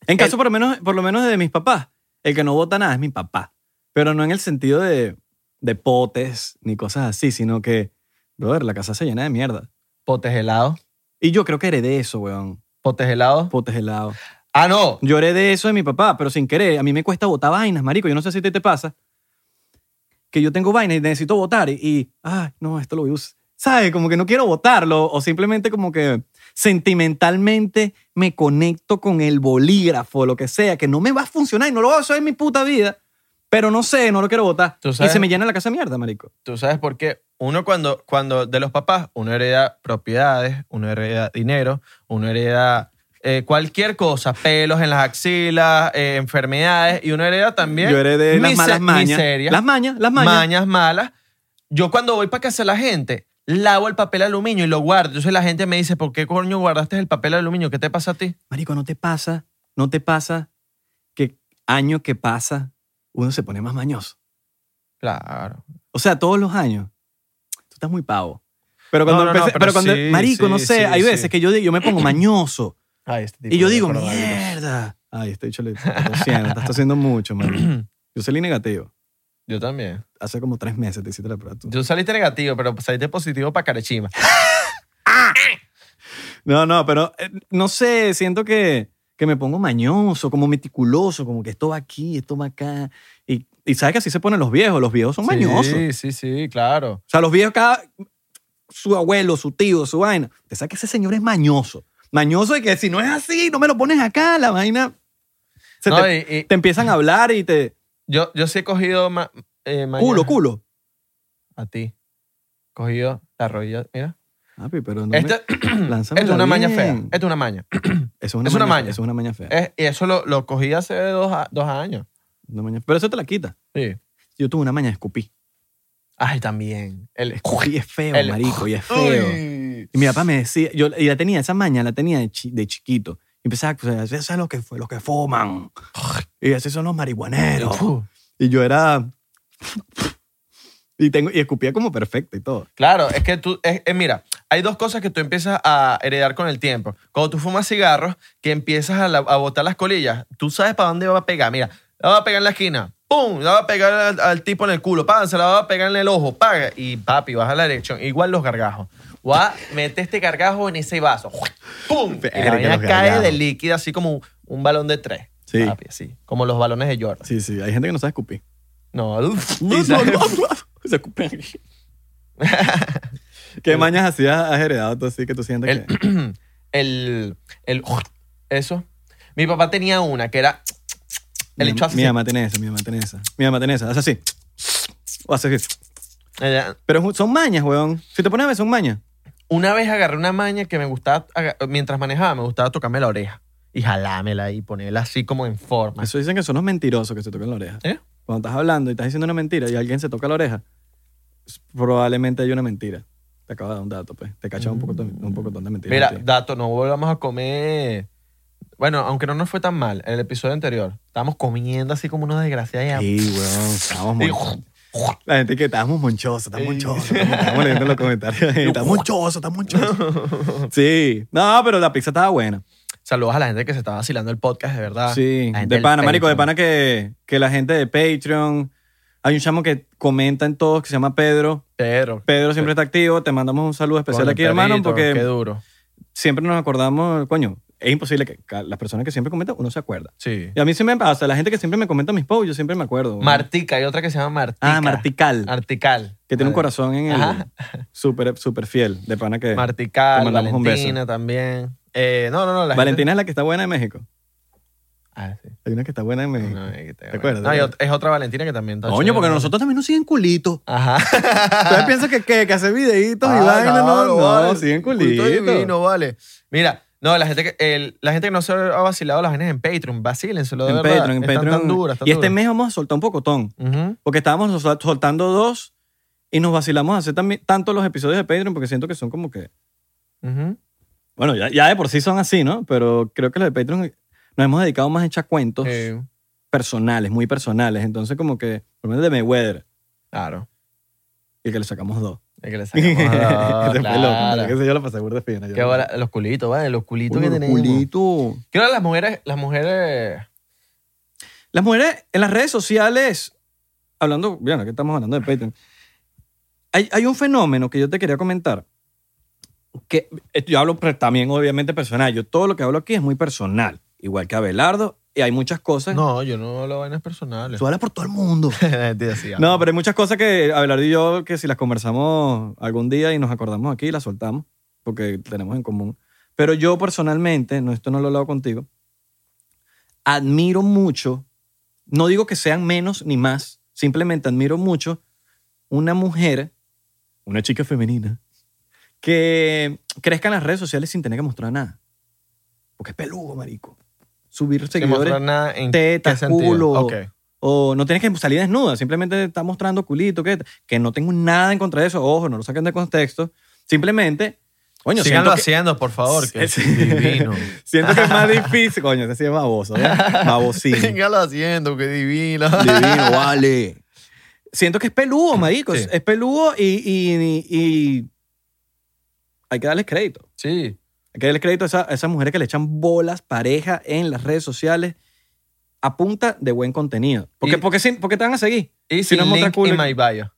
B: En caso, por, lo menos, por lo menos, de mis papás. El que no vota nada es mi papá. Pero no en el sentido de, de potes ni cosas así, sino que, brother, la casa se llena de mierda.
A: Potes helados.
B: Y yo creo que heredé eso, weón.
A: Potes helados.
B: Potes helados.
A: Ah, no.
B: Lloré de eso de mi papá, pero sin querer. A mí me cuesta botar vainas, marico. Yo no sé si a ti te pasa. Que yo tengo vainas y necesito votar y, y, ay, no, esto lo voy a usar. ¿Sabes? Como que no quiero votarlo o simplemente como que sentimentalmente me conecto con el bolígrafo, lo que sea, que no me va a funcionar y no lo voy a usar en mi puta vida. Pero no sé, no lo quiero votar.
A: ¿Tú
B: Y
A: sabes?
B: se me llena la casa de mierda, marico.
A: tú sabes por qué. Uno cuando, cuando de los papás, uno hereda propiedades, uno hereda dinero, uno hereda eh, cualquier cosa, pelos en las axilas, eh, enfermedades, y uno hereda también.
B: Yo heredé las
A: mise-
B: malas mañas.
A: miseria,
B: Las mañas, las mañas.
A: mañas. malas. Yo cuando voy para casa de la gente, lavo el papel aluminio y lo guardo. Entonces la gente me dice, ¿por qué coño guardaste el papel aluminio? ¿Qué te pasa a ti?
B: Marico, ¿no te pasa? ¿No te pasa que año que pasa uno se pone más mañoso?
A: Claro.
B: O sea, todos los años. Tú estás muy pavo. Pero cuando
A: No, no, no,
B: empecé-
A: pero
B: pero cuando-
A: sí,
B: marico, no
A: sí,
B: sé,
A: sí,
B: hay
A: sí.
B: veces que yo, digo- yo me pongo mañoso
A: Ay, este tipo
B: y yo
A: de
B: digo,
A: coronavirus.
B: mierda. Ay, este dicho le lo siento, estás haciendo mucho, marico. [clears throat] Yo salí negativo.
A: Yo también.
B: Hace como tres meses te hiciste la prueba tú.
A: Tú saliste negativo, pero saliste positivo para Carechima.
B: No, no, pero eh, no sé, siento que, que me pongo mañoso, como meticuloso, como que esto va aquí, esto va acá. Y, y sabes que así se ponen los viejos, los viejos son mañosos.
A: Sí, sí, sí, claro.
B: O sea, los viejos cada su abuelo, su tío, su vaina. Te sabes que ese señor es mañoso. Mañoso de que si no es así, no me lo pones acá, la vaina. Se
A: No,
B: te,
A: y- y
B: te empiezan a hablar y te.
A: yo, yo sí he cogido ma- eh, mañas-
B: Culo, culo.
A: A ti. Cogido la rodilla. Mira.
B: Papi, pero
A: [clears throat]
B: no.
A: Esta esta
B: lánzamela
A: es una maña
B: bien.
A: fea. Esta es una maña.
B: Eso es una,
A: es una
B: maña,
A: maña. Eh.
B: Eso es una maña fea.
A: Es- y eso lo, lo cogí hace dos, a- dos años.
B: Una maña- pero eso te la quita.
A: Sí.
B: Yo tuve una maña de escupí.
A: Ay, también. El,
B: Escupí es feo,
A: El-
B: marico, y es feo.
A: Uy.
B: Y mi papá me decía, yo, y la tenía, esa maña la tenía de, chi- de chiquito. Y empezaba a pues, eso es lo que, fue- los que fuman. Y así son los marihuaneros.
A: Uf.
B: Y yo era. [laughs] Y, tengo, y escupía como perfecto y todo.
A: Claro, es que tú, es- es- mira, hay dos cosas que tú empiezas a heredar con el tiempo. Cuando tú fumas cigarros, que empiezas a, la- a botar las colillas, tú sabes para dónde va a pegar. Mira, la va a pegar en la esquina, ¡pum! La va a pegar al, al tipo en el culo, ¡pam! Se la va a pegar en el ojo, ¡paga! Y papi, baja la dirección. Igual los gargajos. Guau, mete este gargajo en ese vaso, ¡pum! Y
B: Verga,
A: la vaina
B: los
A: cae
B: gargajos.
A: de líquida, así como un, un balón de tres.
B: Sí.
A: Papi, así, como los balones de Jordan.
B: Sí, sí, hay gente que no sabe escupir.
A: [laughs]
B: [laughs]
A: No, uf, y
B: No, no,
A: sale-
B: no, no. Se escupen. ¿Qué mañas así has, has heredado tú así que tú sientes
A: El-
B: que.?
A: [clears throat] el, el, [clears throat] eso. Mi papá tenía una que era el
B: mi,
A: hecho
B: mamá-
A: así.
B: mi mamá tiene esa, mi mamá tiene esa. Mi mamá tiene esa, hace así. O hace así.
A: Era-
B: Pero son mañas, weón. Si te pones a ver, son mañas.
A: Una vez agarré una maña que me gustaba, aga- mientras manejaba, me gustaba tocarme la oreja y jalármela y ponerla así como en forma.
B: Eso dicen que son los mentirosos que se tocan la oreja.
A: Ah. ¿Eh?
B: Cuando estás hablando y estás diciendo una mentira y alguien se toca la oreja, s- probablemente hay una mentira. Te acabo de dar un dato, pues. Te cachas un poco un poco de mentiras.
A: Mm. Mira,
B: de ti.
A: dato, no volvamos a comer. Bueno, aunque no nos fue tan mal, en el episodio anterior, estábamos comiendo así como unos desgraciados. y a-
B: Sí, weón. Estábamos
A: y-
B: monchosos. La gente que estábamos monchosos, estamos
A: Sí.
B: monchosos. Estamos estábamos leyendo en los comentarios.
A: [laughs]
B: Estamos monchosos, estamos monchosos. Sí. No, pero la pizza estaba buena.
A: Saludos a la gente que se está vacilando el podcast, de verdad.
B: Sí,
A: Ah, La gente
B: de
A: del
B: pana, marico, de
A: Patreon.
B: pana que, que la gente de Patreon. Hay un chamo que comenta en todos que se llama Pedro.
A: Pedro.
B: Pedro siempre está activo. Te mandamos un saludo especial
A: coño,
B: aquí, hermano,
A: Pedrito, Qué
B: porque
A: duro.
B: siempre nos acordamos, coño, es imposible que ca- las personas que siempre comentan, uno se acuerda.
A: Sí.
B: Y a mí sí me pasa, la gente que siempre me comenta mis posts, yo siempre me acuerdo. weón.
A: Martica, hay otra que se llama Martica.
B: Ah, Martical,
A: Artical.
B: que tiene un
A: Vale.
B: corazón en
A: Ajá.
B: el súper super fiel, de pana que... Te
A: Martical,
B: mandamos un beso.
A: Valentina también. Eh, no, no, no. la
B: Valentina es la que está buena en México.
A: gente- Ah, sí.
B: Hay una que está buena en México.
A: No, es que
B: ¿Te acuerdas?
A: No, hay ot- es otra Valentina que también está
B: Coño,
A: chévere,
B: porque
A: ¿no?
B: nosotros también nos siguen
A: [laughs]
B: culitos. [laughs]
A: Ajá.
B: Ustedes piensan que, que, que hace videitos
A: Ah,
B: y vaina, no, no,
A: vale.
B: siguen
A: Culito
B: culitos.
A: divino, vale. Mira, no, la gente que, el- la gente que no se ha vacilado las vainas en Patreon, vacílenselo de
B: En
A: verdad.
B: Patreon, en
A: Están
B: Patreon.
A: tan duras, tan
B: y este
A: duras.
B: mes vamos a soltar un pocotón.
A: Ujú.
B: Porque estábamos sol- soltando dos y nos vacilamos a hacer también tanto los episodios de Patreon porque siento que son como que.
A: Ujú.
B: Bueno, ya, ya de por sí son así, ¿no? Pero creo que los de Patreon nos hemos dedicado más a echar cuentos
A: Sí,
B: personales, muy personales. Entonces, como que, por lo menos de Mayweather,
A: claro.
B: y que le [laughs] sacamos dos.
A: Es que le sacamos. Ah,
B: Ese fue loco,
A: claro.
B: pero que se yo lo pasé burda de fina, yo
A: Qué
B: lo-
A: bola- los culitos, vale, los culitos
B: Bueno,
A: que
B: los
A: tenemos.
B: culitos.
A: Quiero a las mujeres, las mujeres
B: Las mujeres en las redes sociales, hablando, bueno, que estamos hablando de Patreon, hay, hay un fenómeno que yo te quería comentar, que eh, yo hablo pre- también obviamente personal, yo todo lo que hablo aquí es muy personal, igual que Abelardo, y hay muchas cosas...
A: No, yo no hablo vainas personales.
B: Tú hablas por todo el mundo. No,
A: [laughs] no,
B: pero hay muchas cosas que Abelardo y yo, que si las conversamos algún día y nos acordamos aquí, las soltamos, porque tenemos en común. Pero yo personalmente, no, esto no lo he hablado contigo, admiro mucho, no digo que sean menos ni más, simplemente admiro mucho una mujer, una chica femenina, que crezca en las redes sociales sin tener que mostrar nada. Porque es peludo, marico. Subir
A: Sin mostrar
B: seguidores
A: nada en
B: tetas,
A: qué sentido.
B: culo.
A: Ok.
B: o no tienes que salir desnuda, simplemente está mostrando culito, que, que no tengo nada en contra de eso, ojo, no lo saquen de contexto. Simplemente, coño,
A: Síganlo
B: siento que-
A: haciendo, por favor, que es
B: Sí.
A: divino.
B: [laughs] Siento que
A: [laughs]
B: es más difícil. Coño, ese sí es baboso, ¿verdad? Babosín.
A: Síganlo haciendo, que
B: [laughs]
A: divino.
B: Divino, vale. Siento que es peludo, marico.
A: Sí.
B: Es- Es peludo y, y- y- hay que darles crédito.
A: Sí.
B: Hay que darles crédito a, esa- a esas mujeres que le echan bolas pareja en las redes sociales a punta de buen contenido. Porque,
A: Y-
B: porque, sin- porque te van a seguir.
A: Y
B: Si
A: sin
B: no es
A: link
B: mostraculo-
A: in my bio.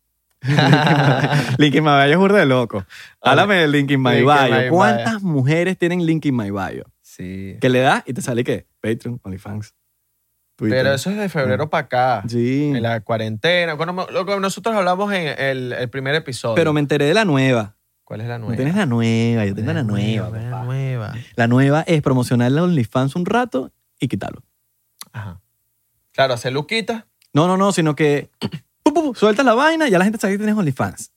B: Linkin My Bio es burda de loco. Háblame de Linkin My
A: Linkin My
B: Bio.
A: Bio.
B: ¿Cuántas mujeres tienen Linkin My Bio?
A: Sí.
B: Que le das y te sale qué? Patreon, OnlyFans. Twitter.
A: Pero eso es de febrero para acá.
B: Mm. Sí.
A: En la cuarentena. Cuando me- lo que nosotros hablamos en el, el primer episodio.
B: Pero me enteré de la nueva.
A: ¿Cuál es la
B: No
A: nueva?
B: tienes la nueva, yo tengo la nueva.
A: La
B: papá.
A: nueva.
B: La nueva es promocionar la OnlyFans un rato y quitarlo.
A: Ajá. Claro, hacer luquita.
B: No, no, no, sino que [coughs] pu, pu, pu, sueltas la vaina y ya la gente sabe que tienes OnlyFans.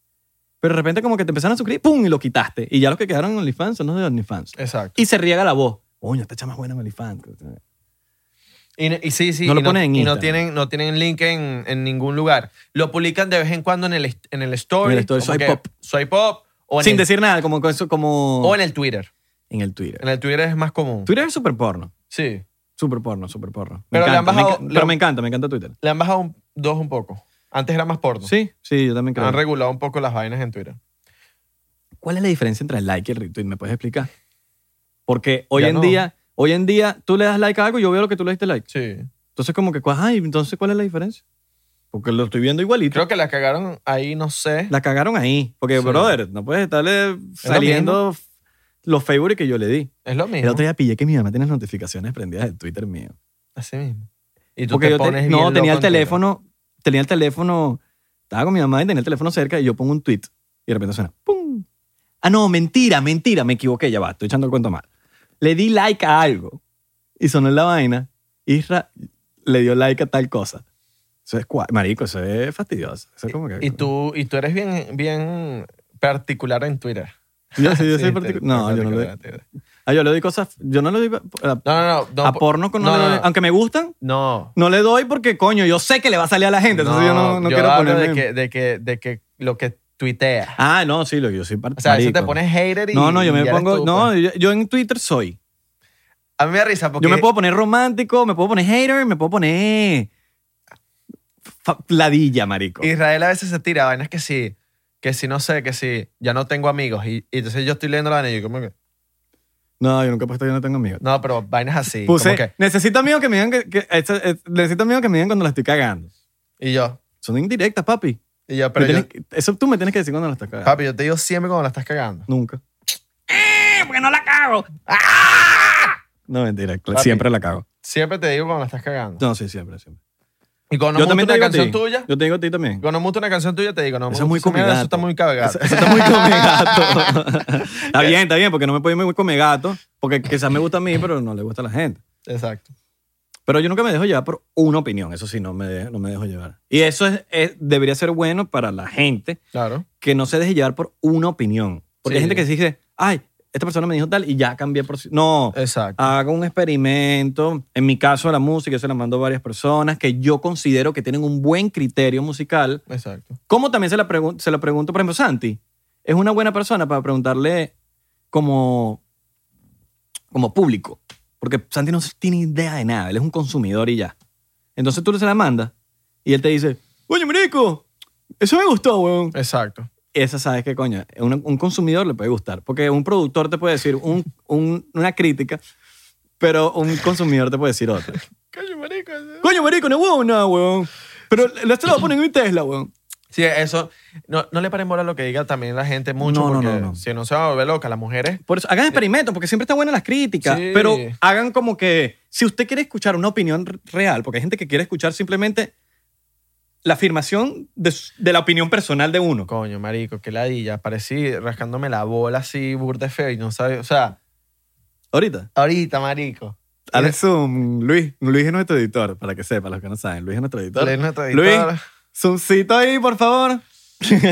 B: Pero de repente como que te empezaron a suscribir, ¡pum! y lo quitaste. Y ya los que quedaron en OnlyFans son los de OnlyFans.
A: Exacto.
B: Y se riega la voz. Coño, esta chama es buena en OnlyFans.
A: Y, y sí, sí.
B: No lo
A: y
B: ponen en
A: y no
B: Instagram.
A: tienen, no tienen link en, en ningún lugar. Lo publican de vez en cuando en el, est- en el story.
B: En el story,
A: como
B: soy
A: que
B: pop.
A: Soy pop. O en,
B: Sin
A: el,
B: decir nada, como, con eso- como
A: o en el Twitter.
B: en el Twitter.
A: En el Twitter es más común.
B: Twitter es súper porno.
A: Sí.
B: Súper porno, súper porno. Me
A: Pero le han
B: encanta, me
A: bajado-
B: enca-
A: le
B: pero
A: han-
B: me encanta, me encanta Twitter.
A: Le han bajado un- dos un poco. Antes era más porno.
B: Sí, sí, yo también creo.
A: Han regulado un poco las vainas en Twitter.
B: ¿Cuál es la diferencia entre el like y el retweet? ¿Me puedes explicar? Porque hoy
A: Ya
B: en
A: no.
B: día, hoy en día tú le das like a algo y yo veo lo que tú le diste like.
A: Sí.
B: Entonces como que, ay, entonces ¿cuál es la diferencia? Porque lo estoy viendo igualito.
A: Creo que la cagaron ahí, no sé.
B: La cagaron ahí. Porque,
A: Sí.
B: brother, no puedes estarle saliendo los favorites que yo le di.
A: Es lo
B: El
A: mismo.
B: otro día pillé que mi mamá tiene las notificaciones prendidas del Twitter mío.
A: Así mismo. Y tú
B: Porque
A: te
B: yo te-
A: pones bien
B: no,
A: loco
B: tenía el
A: en Twitter.
B: teléfono, tenía el teléfono, estaba con mi mamá y tenía el teléfono cerca y yo pongo un tweet y de repente suena, ¡pum! Ah, no, mentira, mentira, me equivoqué, ya va, estoy echando el cuento mal. Le di like a algo y sonó en la vaina. Isra le dio like a tal cosa. Eso es cua- marico, eso es fastidioso. Eso es como que,
A: Y tú, y tú eres bien, bien particular en Twitter.
B: [laughs] Yo, sí, yo
A: [laughs] Sí,
B: soy
A: te-
B: particu-
A: te-
B: No,
A: te-
B: yo no le,
A: particular, te-
B: ah, yo le doy cosas, yo no le doy a,
A: No, no, no. No,
B: a porno, con- no
A: no,
B: le
A: no,
B: doy-
A: no.
B: aunque me gustan,
A: no,
B: no le doy porque, coño, yo sé que le va a salir a la gente, entonces yo no, no
A: yo
B: quiero
A: hablo De
B: ponerme...
A: que, de, que, de que lo que tuiteas.
B: Ah, no, sí, lo que yo soy par-
A: O sea, a veces
B: marico.
A: te pones hater y.
B: No, no, yo
A: y
B: me
A: eres
B: pongo.
A: tú,
B: no,
A: pues.
B: yo, yo en Twitter soy.
A: A mí me da risa porque.
B: Yo me puedo poner romántico, me puedo poner hater, me puedo poner. fa- Ladilla, marico.
A: Israel a veces se tira vainas que sí. Que si no sé, que si ya no tengo amigos. Y, y entonces yo estoy leyendo la vaina y yo como que.
B: No, yo nunca he puesto yo no tengo amigos.
A: No, pero vainas así.
B: Puse.
A: como que-
B: Necesito amigos que me digan que. que- esto- eh, necesito amigos que me digan cuando la estoy cagando.
A: y yo.
B: Son indirectas, papi. Me
A: Y yo, pero.
B: tienes
A: yo-
B: que- eso tú me tienes que decir cuando la estás cagando.
A: papi, yo te digo siempre cuando la estás cagando.
B: Nunca.
C: Eh, porque no la cago. ¡Ah!
B: No, mentira. cl-
A: Papi.
B: Siempre la cago.
A: Siempre te digo cuando la estás cagando.
B: No, sí, siempre, siempre.
A: Y cuando
B: Yo
A: me
B: también
A: gusta
B: te
A: una
B: digo a
A: canción
B: ti.
A: tuya.
B: Yo te digo a ti también.
A: Cuando me gusta una canción tuya, te digo, no, me
B: Eso es muy
A: gusta esa mierda,
B: comigato.
A: Eso está muy cagado.
B: Eso, eso está muy comegato. está bien, está bien, porque no me puedo ir muy comegato, porque quizás me gusta a mí, pero no le gusta a la gente.
A: Exacto.
B: Pero yo nunca me dejo llevar por una opinión, eso sí, no me, de- no me dejo llevar. Y eso es, es- debería ser bueno para la gente,
A: Claro.
B: que no se deje llevar por una opinión. Porque hay
A: Sí.
B: gente que dice, ay, esta persona me dijo tal y ya cambié por... si-". No,
A: Exacto.
B: haga un experimento. En mi caso, la música, yo se la mando a varias personas que yo considero que tienen un buen criterio musical.
A: Exacto.
B: Como también se la, pregun- se la pregunto, por ejemplo, Santi, es una buena persona para preguntarle como, como público. Porque Santi no tiene idea de nada, él es un consumidor y ya. Entonces tú se la mandas y él te dice, oye, marico, eso me gustó, weón.
A: Exacto.
B: Esa sabes que, coño, un, un consumidor le puede gustar. Porque un productor te puede decir un- un- una crítica, pero un consumidor te puede decir otra.
A: Coño, marico.
B: Coño, marico, no huevo, nada, weón. Pero la estrella lo ponen en mi Tesla, weón.
A: Sí, eso. No, no le paren bola a lo que diga también la gente mucho,
B: No, no,
A: porque
B: no, no.
A: si no se van a volver locas las mujeres.
B: Por eso, hagan experimentos, porque siempre están buenas las críticas,
A: Sí.
B: pero hagan como que, si usted quiere escuchar una opinión r- real, porque hay gente que quiere escuchar simplemente la afirmación de, su- de la opinión personal de uno.
A: Coño, marico, qué ladilla. Parecí rascándome la bola así, burda de feo y no sabe. O sea,
B: Ahorita.
A: ahorita, marico.
B: Alex Zoom, Luis, Luis es nuestro editor, para que sepa, los que no saben, Luis es nuestro editor.
A: Leer nuestro editor.
B: Zoomcito ahí, por favor.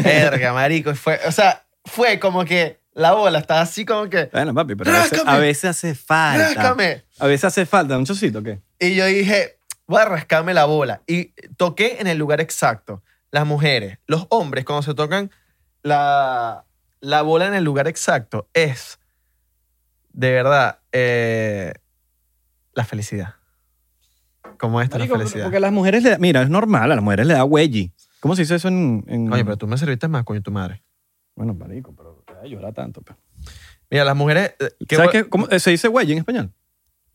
A: Verga, marico. Fue, o sea, fue como que la bola está así como que.
B: Bueno, papi, pero a veces,
A: Ráscame.
B: a veces hace falta.
A: ¡Ráscame!
B: A veces hace falta un chocito, ¿qué?
A: Y yo dije, voy a rascarme la bola. Y toqué en el lugar exacto. Las mujeres, los hombres, cuando se tocan la, la bola en el lugar exacto, es de verdad eh, la felicidad. Como esta
B: Marico,
A: la felicidad.
B: Porque a las mujeres le da, mira, es normal, a las mujeres le da huelli. ¿Cómo se dice eso en, en-
A: Oye, pero tú me serviste más, coño, tu madre.
B: Bueno, marico, pero te va a llorar tanto. pe.
A: Mira, las mujeres. eh, que-
B: ¿Sabes qué? ¿Cómo eh, se dice huelli en español?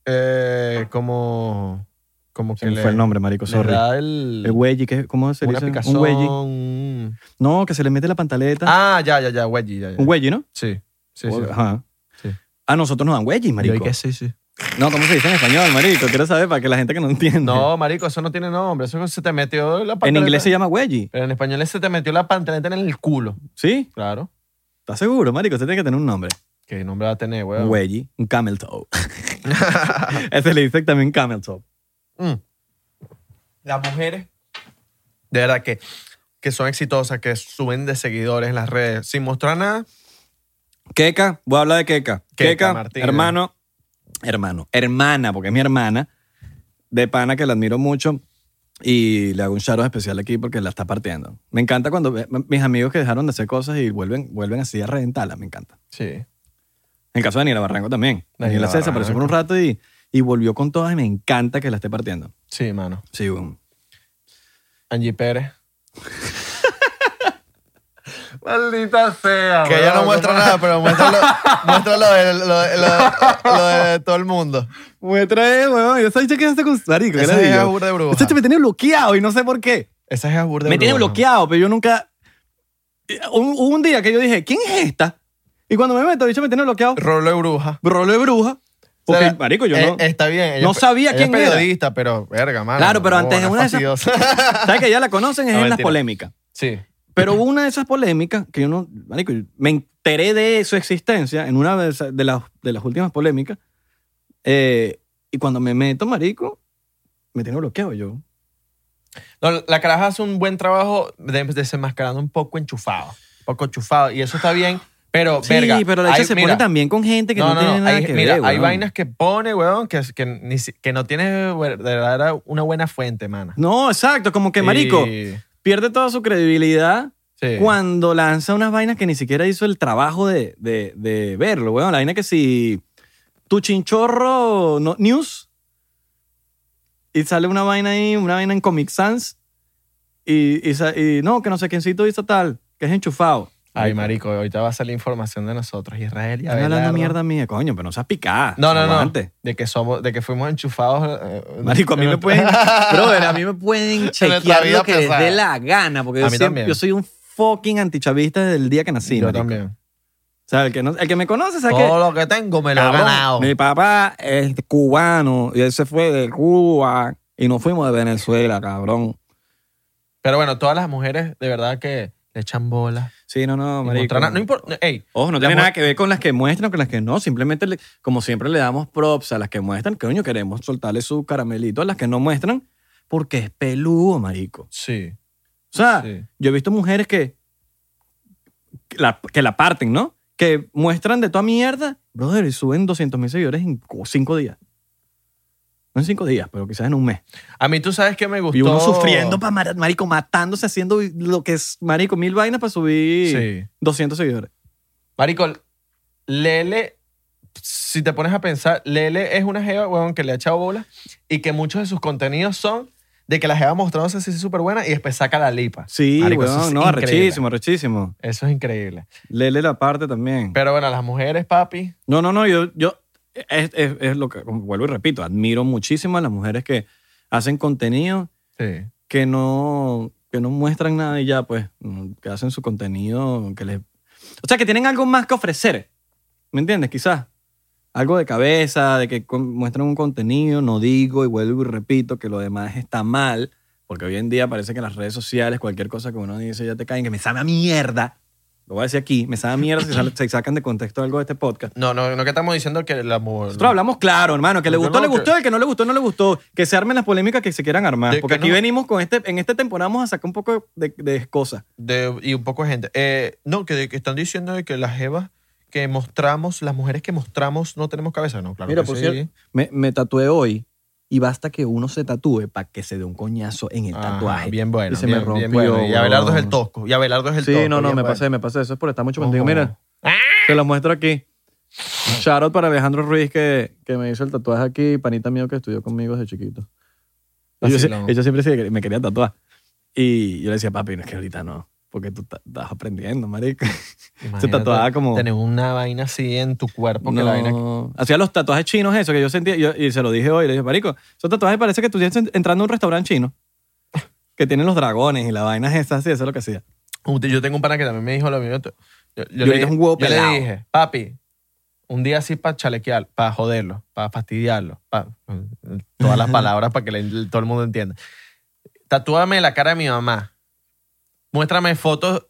A: eh, como. Como
B: Se
A: que
B: me
A: le-
B: fue el nombre, marico,
A: le
B: sorry.
A: da el.
B: El huelli, ¿qué- ¿cómo se
A: una
B: dice?
A: picazón,
B: Un huelli.
A: un-
B: No, que se le mete la pantaleta.
A: Ah, ya, ya, ya, güey, ya, ya.
B: Un huelli, ¿no?
A: Sí, sí, sí.
B: Ajá.
A: Sí.
B: A nosotros nos dan huelli, marico.
A: Yo, ¿y qué? Sí, sí.
B: No, ¿cómo se dice en español, marico? Quiero saber para que la gente que no entiende.
A: No, marico, eso no tiene nombre. Eso se te metió la
B: En
A: pantaleta.
B: inglés se llama huelli.
A: Pero en español se te metió la pantaleta en el culo.
B: ¿Sí?
A: Claro.
B: ¿Estás seguro, marico? Usted tiene que tener un nombre.
A: ¿Qué nombre va a tener,
B: Un
A: weón?
B: huelli, un camel toe. [laughs] Ese le dice también camel toe.
A: Mm. Las mujeres, de verdad que, que son exitosas, que suben de seguidores en las redes sin mostrar nada.
B: Keka, voy a hablar de Keka.
A: Keka
B: Keka,
A: Martínez.
B: hermano, hermano, hermana, porque es mi hermana, de pana que la admiro mucho y le hago un sharo especial aquí porque la está partiendo. Me encanta cuando ve- mis amigos que dejaron de hacer cosas y vuelven, vuelven así a reventarla, me encanta.
A: Sí.
B: En el caso de Daniela Barranco también.
A: Daniela
B: Daniela se desapareció por un rato y, y volvió con todas y me encanta que la esté partiendo.
A: Sí, mano.
B: Sí, boom.
A: Angie Pérez. [laughs] Maldita sea.
D: Que ella no muestra nada, pero muestra lo, muestra lo de, lo de- lo- lo de todo el mundo.
B: Muestra, eh, weón. Yo sabía que este con Marico. ¿qué
A: Esa
B: le
A: es
B: digo?
A: burda de bruja.
B: Este me tiene bloqueado y no sé por qué.
A: Esa es burda de
B: Me tiene
A: bruja.
B: bloqueado, pero yo nunca. eh, Un, un día que yo dije, ¿quién es esta? Y cuando me meto, dicho, me tiene bloqueado.
A: Rolo de bruja.
B: Rolo de bruja. Porque,
A: sea,
B: marico, yo
A: Eh,
B: no.
A: Está bien.
B: no
A: es-
B: sabía
A: ella
B: quién
A: es
B: era.
A: periodista, pero verga, mano.
B: Claro, pero antes
A: huevona,
B: una de esas- [laughs]
A: fastidiosa.
B: ¿Sabes que ya la conocen? Es
A: No,
B: en las
A: mentira.
B: polémicas.
A: sí.
B: Pero hubo una de esas polémicas que yo no. Marico, yo me enteré de su existencia en una de, esas- de las, de las últimas polémicas. Eh, y cuando me meto, marico, me tiene bloqueado yo.
A: No, la caraja hace un buen trabajo de- desenmascarando un poco enchufado. Un poco enchufado. Y eso está bien, pero
B: Sí,
A: verga.
B: pero la
A: hay-
B: hecha se
A: mira,
B: pone también con gente que no, tiene nada
A: hay,
B: que
A: mira,
B: ver.
A: hay
B: weón.
A: vainas que pone, weón, que, que, ni si- que no tiene verdadera una buena fuente, mana.
B: No, exacto, como que, marico,
A: Y-
B: pierde toda su credibilidad
A: sí.
B: cuando lanza unas vainas que ni siquiera hizo el trabajo de, de- de verlo, weón. La vaina que si tu chinchorro no- news y sale una vaina ahí, una vaina en Comic Sans y, y sa- y no, que no sé quiéncito hizo tal, que es enchufado.
A: Ay, marico, ahorita va a salir información de nosotros, Israel y
B: Están hablando
A: Abelardo,
B: mierda mía, coño, pero no seas picada.
A: No, no, no.
B: aguante.
A: De que somos, de que fuimos enchufados. eh,
B: Marico, a mí
A: en
B: me
A: nuestra- [laughs]
B: pueden. Brother, a mí me pueden chequear
D: vida
B: lo que les
D: pesada.
B: dé la gana. Porque
A: A
B: yo,
A: mí
B: siempre-
A: también.
B: yo soy un fucking antichavista desde el día que nací.
A: yo
B: marico.
A: también.
B: O sea, el que, no- el que me conoce sabe que.
D: Todo lo que tengo me lo he
B: Cabrón,
D: ganado.
B: Mi papá es cubano y él se fue de Cuba y nos fuimos de Venezuela, cabrón.
A: Pero bueno, todas las mujeres de verdad que le echan bola.
B: Sí, no, no,
A: y
B: marico.
A: mostrar nada. No importa. Ey,
B: Ojo, no tiene
A: mu-
B: nada que ver con las que muestran o con las que no. Simplemente, le- como siempre, le damos props a las que muestran. Coño, queremos soltarle su caramelito a las que no muestran porque es peludo, marico.
A: sí.
B: O sea,
A: Sí.
B: yo he visto mujeres que que la, que la parten, ¿no? Que muestran de toda mierda, brother, y suben 200 mil seguidores en cu- cinco días. No en cinco días, pero quizás en un mes.
A: A mí tú sabes que me gustó.
B: Pues Y uno sufriendo, pa, mar- marico, matándose, haciendo lo que es, marico, mil vainas para subir
A: Sí.
B: 200 seguidores.
A: Marico, Lele, si te pones a pensar, Lele es una jeva, weón, que le ha echado bola y que muchos de sus contenidos son de que la jeva mostrándose así súper buena y después saca la lipa.
B: Sí,
A: Marico, eso
B: weón,
A: es
B: no,
A: increíble.
B: arrechísimo, arrechísimo.
A: Eso es increíble.
B: Lele la parte también.
A: Pero bueno, las mujeres, papi,
B: No, no, no, yo, yo es, es- es lo que, como vuelvo y repito, admiro muchísimo a las mujeres que hacen contenido
A: sí.
B: que no, que no muestran nada y ya, pues, mm, que hacen su contenido, que les... O sea, que tienen algo más que ofrecer, ¿me entiendes? Quizás. Algo de cabeza, de que con- muestran un contenido, no digo y vuelvo y repito que lo demás está mal, porque hoy en día parece que en las redes sociales cualquier cosa que uno dice ya te caen, que me sabe a mierda. Lo voy a decir aquí, me sabe a mierda si sale- se sacan de contexto algo de este podcast.
A: No, no, no que estamos diciendo que la mujer.
B: Nosotros hablamos claro, hermano. Que le
A: No,
B: gustó,
A: no,
B: le
A: que-
B: gustó. El que no le gustó, no le gustó. Que se armen las polémicas que se quieran armar.
A: De-
B: Porque
A: que
B: aquí
A: no-
B: venimos con este... En esta temporada vamos a sacar un poco de, de cosas.
A: de- y un poco de gente. Eh, no, que, que están diciendo de que las jevas que mostramos, las mujeres que mostramos no tenemos cabeza? No, claro
B: Mira,
A: que
B: por
A: sí.
B: cierto, me, me tatué hoy y basta que uno se tatúe para que se dé un coñazo en el
A: Ajá,
B: tatuaje.
A: Ah, bien bueno.
B: Y se
A: bien,
B: me
A: bien
B: rompió.
A: bueno. Y Abelardo es el
B: weón.
A: tosco. Y Abelardo es el tosco.
B: Sí, no, no,
A: bien
B: me
A: bueno.
B: pasé, me pasé. Eso es por estar mucho contigo.
A: Oh.
B: Mira, se los muestro aquí. Shout out para Alejandro Ruiz que, que me hizo el tatuaje aquí, panita mío que estudió conmigo desde chiquito. Y Yo,
A: Vacilón.
B: ella siempre decía que me quería tatuar. Y yo le decía, papi, no es que ahorita no, porque tú ta- estás aprendiendo, marico.
A: Imagínate
B: tatuaba como-
A: Tener una vaina así en tu cuerpo que la vaina...
B: No. Hacía los tatuajes chinos, eso que yo sentía. yo- y se lo dije hoy. Le dije, Marico, esos tatuajes parece que estuvieras en- entrando a un restaurante chino. Que tienen los dragones y la vaina es esa, así, eso es lo que hacía.
A: Un tío- Yo tengo un pana que también me dijo lo mismo. Yo, yo
B: Yo
A: le,
B: ahorita
A: dije,
B: es un huevo
A: yo le
B: pelado.
A: dije, papi, un día así para chalequear, para joderlo, para fastidiarlo, pa- todas
B: [laughs]
A: las palabras para que le- todo el mundo entienda. Tatúame la cara de mi mamá. Muéstrame fotos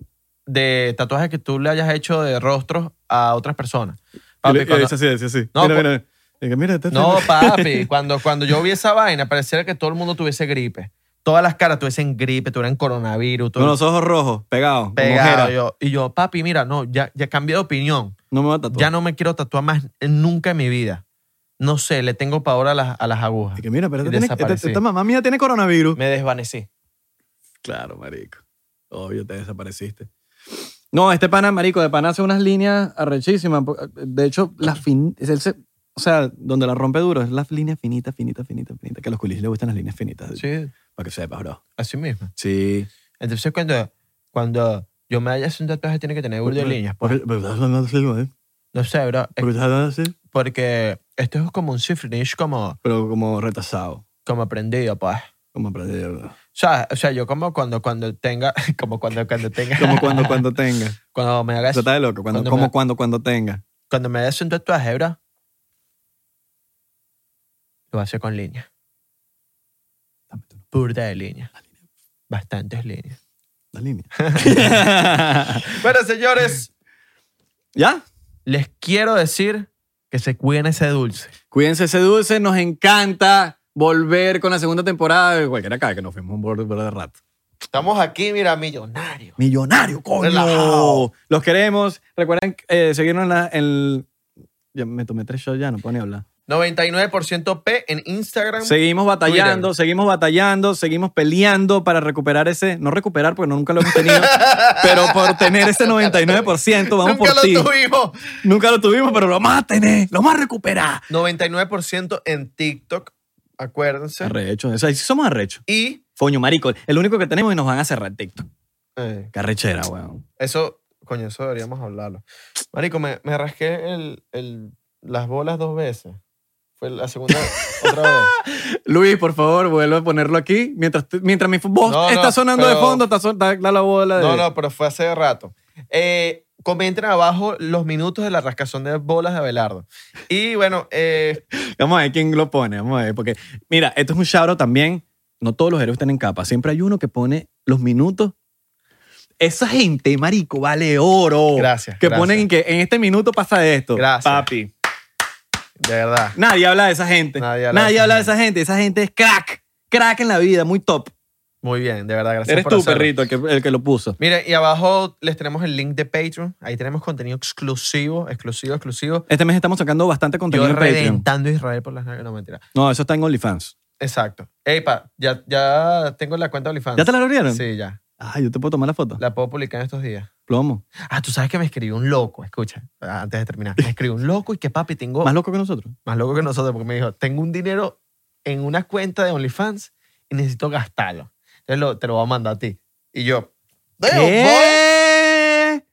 A: de tatuajes que tú le hayas hecho de rostros a otras personas. Papi,
B: y le- y le
A: cuando-
B: dice así, así, así.
A: No,
B: mira,
A: cu-
B: mira, mira. Y que, mira, este-
A: no, papi,
B: [laughs]
A: cuando, cuando yo vi esa vaina, pareciera que todo el mundo tuviese gripe. Todas las caras tuviesen gripe, tuvieran coronavirus, todo
B: Con los ojos rojos, pegados, como
A: pegado.
B: ojera.
A: yo- y yo, papi, mira, no, ya, ya cambié de opinión.
B: No me va a tatuar.
A: Ya no me quiero tatuar más nunca en mi vida. No sé, le tengo pavor a las, a las agujas.
B: Y que, mira, pero
A: Y
B: esta, tiene- este,
A: desaparecí.
B: esta- esta mamá mía tiene coronavirus.
A: Me desvanecí.
B: Claro, marico. Obvio, te desapareciste. No, este pana, marico, de pana hace unas líneas arrechísimas. po- De hecho, las fin... es el se- O sea, donde la rompe duro es las líneas finitas, finitas, finitas, finitas. Que a los culis les gustan las líneas finitas.
A: Sí,
B: Para que sepas, bro.
A: así mismo.
B: Sí.
A: Entonces, cuando, cuando yo me haya hecho un tatuaje, tiene que tener burda de líneas. pues.
B: Porque- porque estás hablando así, güey.
A: No sé, bro. es
B: Porque estás hablando así.
A: porque esto es como un sifrinish como,
B: Pero como retasado.
A: como aprendido, pues.
B: Como aprender, bro.
A: O sea, o sea, yo como cuando, cuando tenga, [laughs] como cuando, cuando tenga,
B: Como cuando, cuando tenga.
A: [laughs] cuando me haga eso,
B: Eso está de loco. Cuando,
A: Cuando
B: como
A: me-
B: cuando, cuando tenga.
A: cuando me des un tatuaje, bro, lo hace con líneas,
B: Dame tú
A: burda de líneas, bastantes líneas.
B: la línea.
A: [laughs] Bueno, señores,
B: [laughs] ¿Ya?
A: les quiero decir que se cuiden ese dulce.
B: Cuídense ese dulce, nos encanta volver con la segunda temporada de cualquiera acá, que nos fuimos un borde borde de rato.
A: Estamos aquí, mira, millonarios.
B: Millonario, coño.
A: Relajado.
B: Los queremos. Recuerden eh, seguirnos en la. en- Ya me tomé tres shots ya, no puedo ni hablar.
A: 99% P en Instagram.
B: Seguimos batallando,
A: Twitter.
B: seguimos batallando, seguimos peleando para recuperar ese. No recuperar porque no- nunca lo
A: [laughs]
B: hemos tenido, pero por tener ese 99%, vamos
A: Nunca
B: por
A: lo
B: ti.
A: tuvimos.
B: Nunca lo tuvimos, pero lo vamos a tener, lo vamos a recuperar.
A: 99% en TikTok, acuérdense.
B: Arrecho, o sea, sí somos arrecho.
A: Y
B: Foño, marico, el único que tenemos y nos van a cerrar TikTok.
A: eh,
B: Carrechera, weón.
A: eso, coño, eso deberíamos hablarlo. Marico, me, me rasqué el, el- las bolas dos veces. Fue la
B: [laughs]
A: segunda, otra vez.
B: Luis, por favor, vuelve a ponerlo aquí. Mientras, tú- mientras mi voz
A: No, no,
B: está sonando de
A: pero-
B: fondo, está, son- está la bola de...
A: No, no, pero fue hace rato. Eh, comenten abajo los minutos de la rascazón de bolas de Abelardo. Y bueno, eh,
B: Vamos a ver quién lo pone, vamos a ver. Porque, mira, esto es un shout también. No todos los héroes tienen capa. Siempre hay uno que pone los minutos. Esa gente, marico, vale oro.
A: Gracias,
B: Oh, Que
A: gracias.
B: ponen en que en este minuto pasa esto.
A: Gracias.
B: Papi.
A: de verdad.
B: Nadie habla de esa gente.
A: Nadie
B: Nadie
A: habla
B: habla,
A: de esa
B: de esa gente. Esa gente es crack. Crack en la vida, muy top.
A: Muy bien, de verdad, gracias
B: Eres
A: por
B: tú,
A: hacerlo.
B: perrito, el que, el que lo puso.
A: Mira, y abajo les tenemos el link de Patreon. Ahí tenemos contenido exclusivo, exclusivo, exclusivo.
B: Este mes estamos sacando bastante
A: Yo
B: contenido en Patreon.
A: reventando a Israel por las nalgas. No, mentira.
B: No, eso está en OnlyFans.
A: Exacto. Epa, ya, ya tengo la cuenta de OnlyFans.
B: ¿Ya te la abrieron?
A: Ah, Sí, ya.
B: Ah, yo te puedo tomar la foto.
A: La puedo publicar en estos días.
B: Plomo.
A: Ah, tú sabes que me escribió un loco. Escucha, antes de terminar. Me escribió un loco y que papi tengo...
B: Más loco que nosotros.
A: más loco que nosotros, porque me dijo, tengo un dinero en una cuenta de OnlyFans y necesito gastarlo. Entonces lo- te lo voy a mandar a ti. Y yo, "Damn, boy,
B: ¿Qué?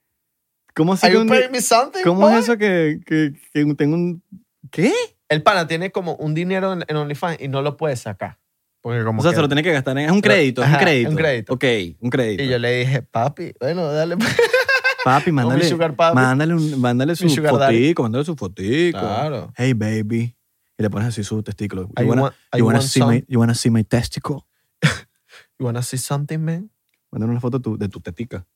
B: ¿Cómo, así
A: are
B: que
A: you
B: un-
A: paying me something,
B: ¿cómo
A: boy?"
B: es eso que, que, que tengo un... ¿Qué?
A: El pana tiene como un dinero en, en OnlyFans y no lo puede sacar. Porque como
B: O sea,
A: que-
B: se lo tenés que gastar en... Es un crédito, es un
A: Ajá,
B: crédito.
A: un crédito.
B: Ok, un crédito.
A: Y yo le dije, papi, bueno, dale. [laughs]
B: papi, mándale,
A: mi sugar papi.
B: mándale, un- mándale su
A: Mi sugar daddy.
B: fotico, mándale su fotico.
A: Claro.
B: Hey, baby. Y le pones así su testículo.
A: I
B: You wanna,
A: want- I
B: you wanna
A: want
B: see
A: some.
B: my, you wanna see my testicle?
A: You wanna see something, man?
B: Mándale una foto de tu, de tu tetica.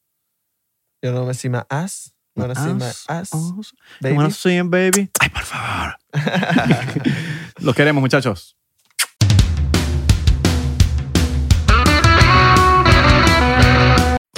A: You wanna see my ass? You wanna see my
B: Ass,
A: ass,
B: ass.
A: baby?
B: You wanna see him, baby? Ay, por favor. [laughs] Los queremos, muchachos.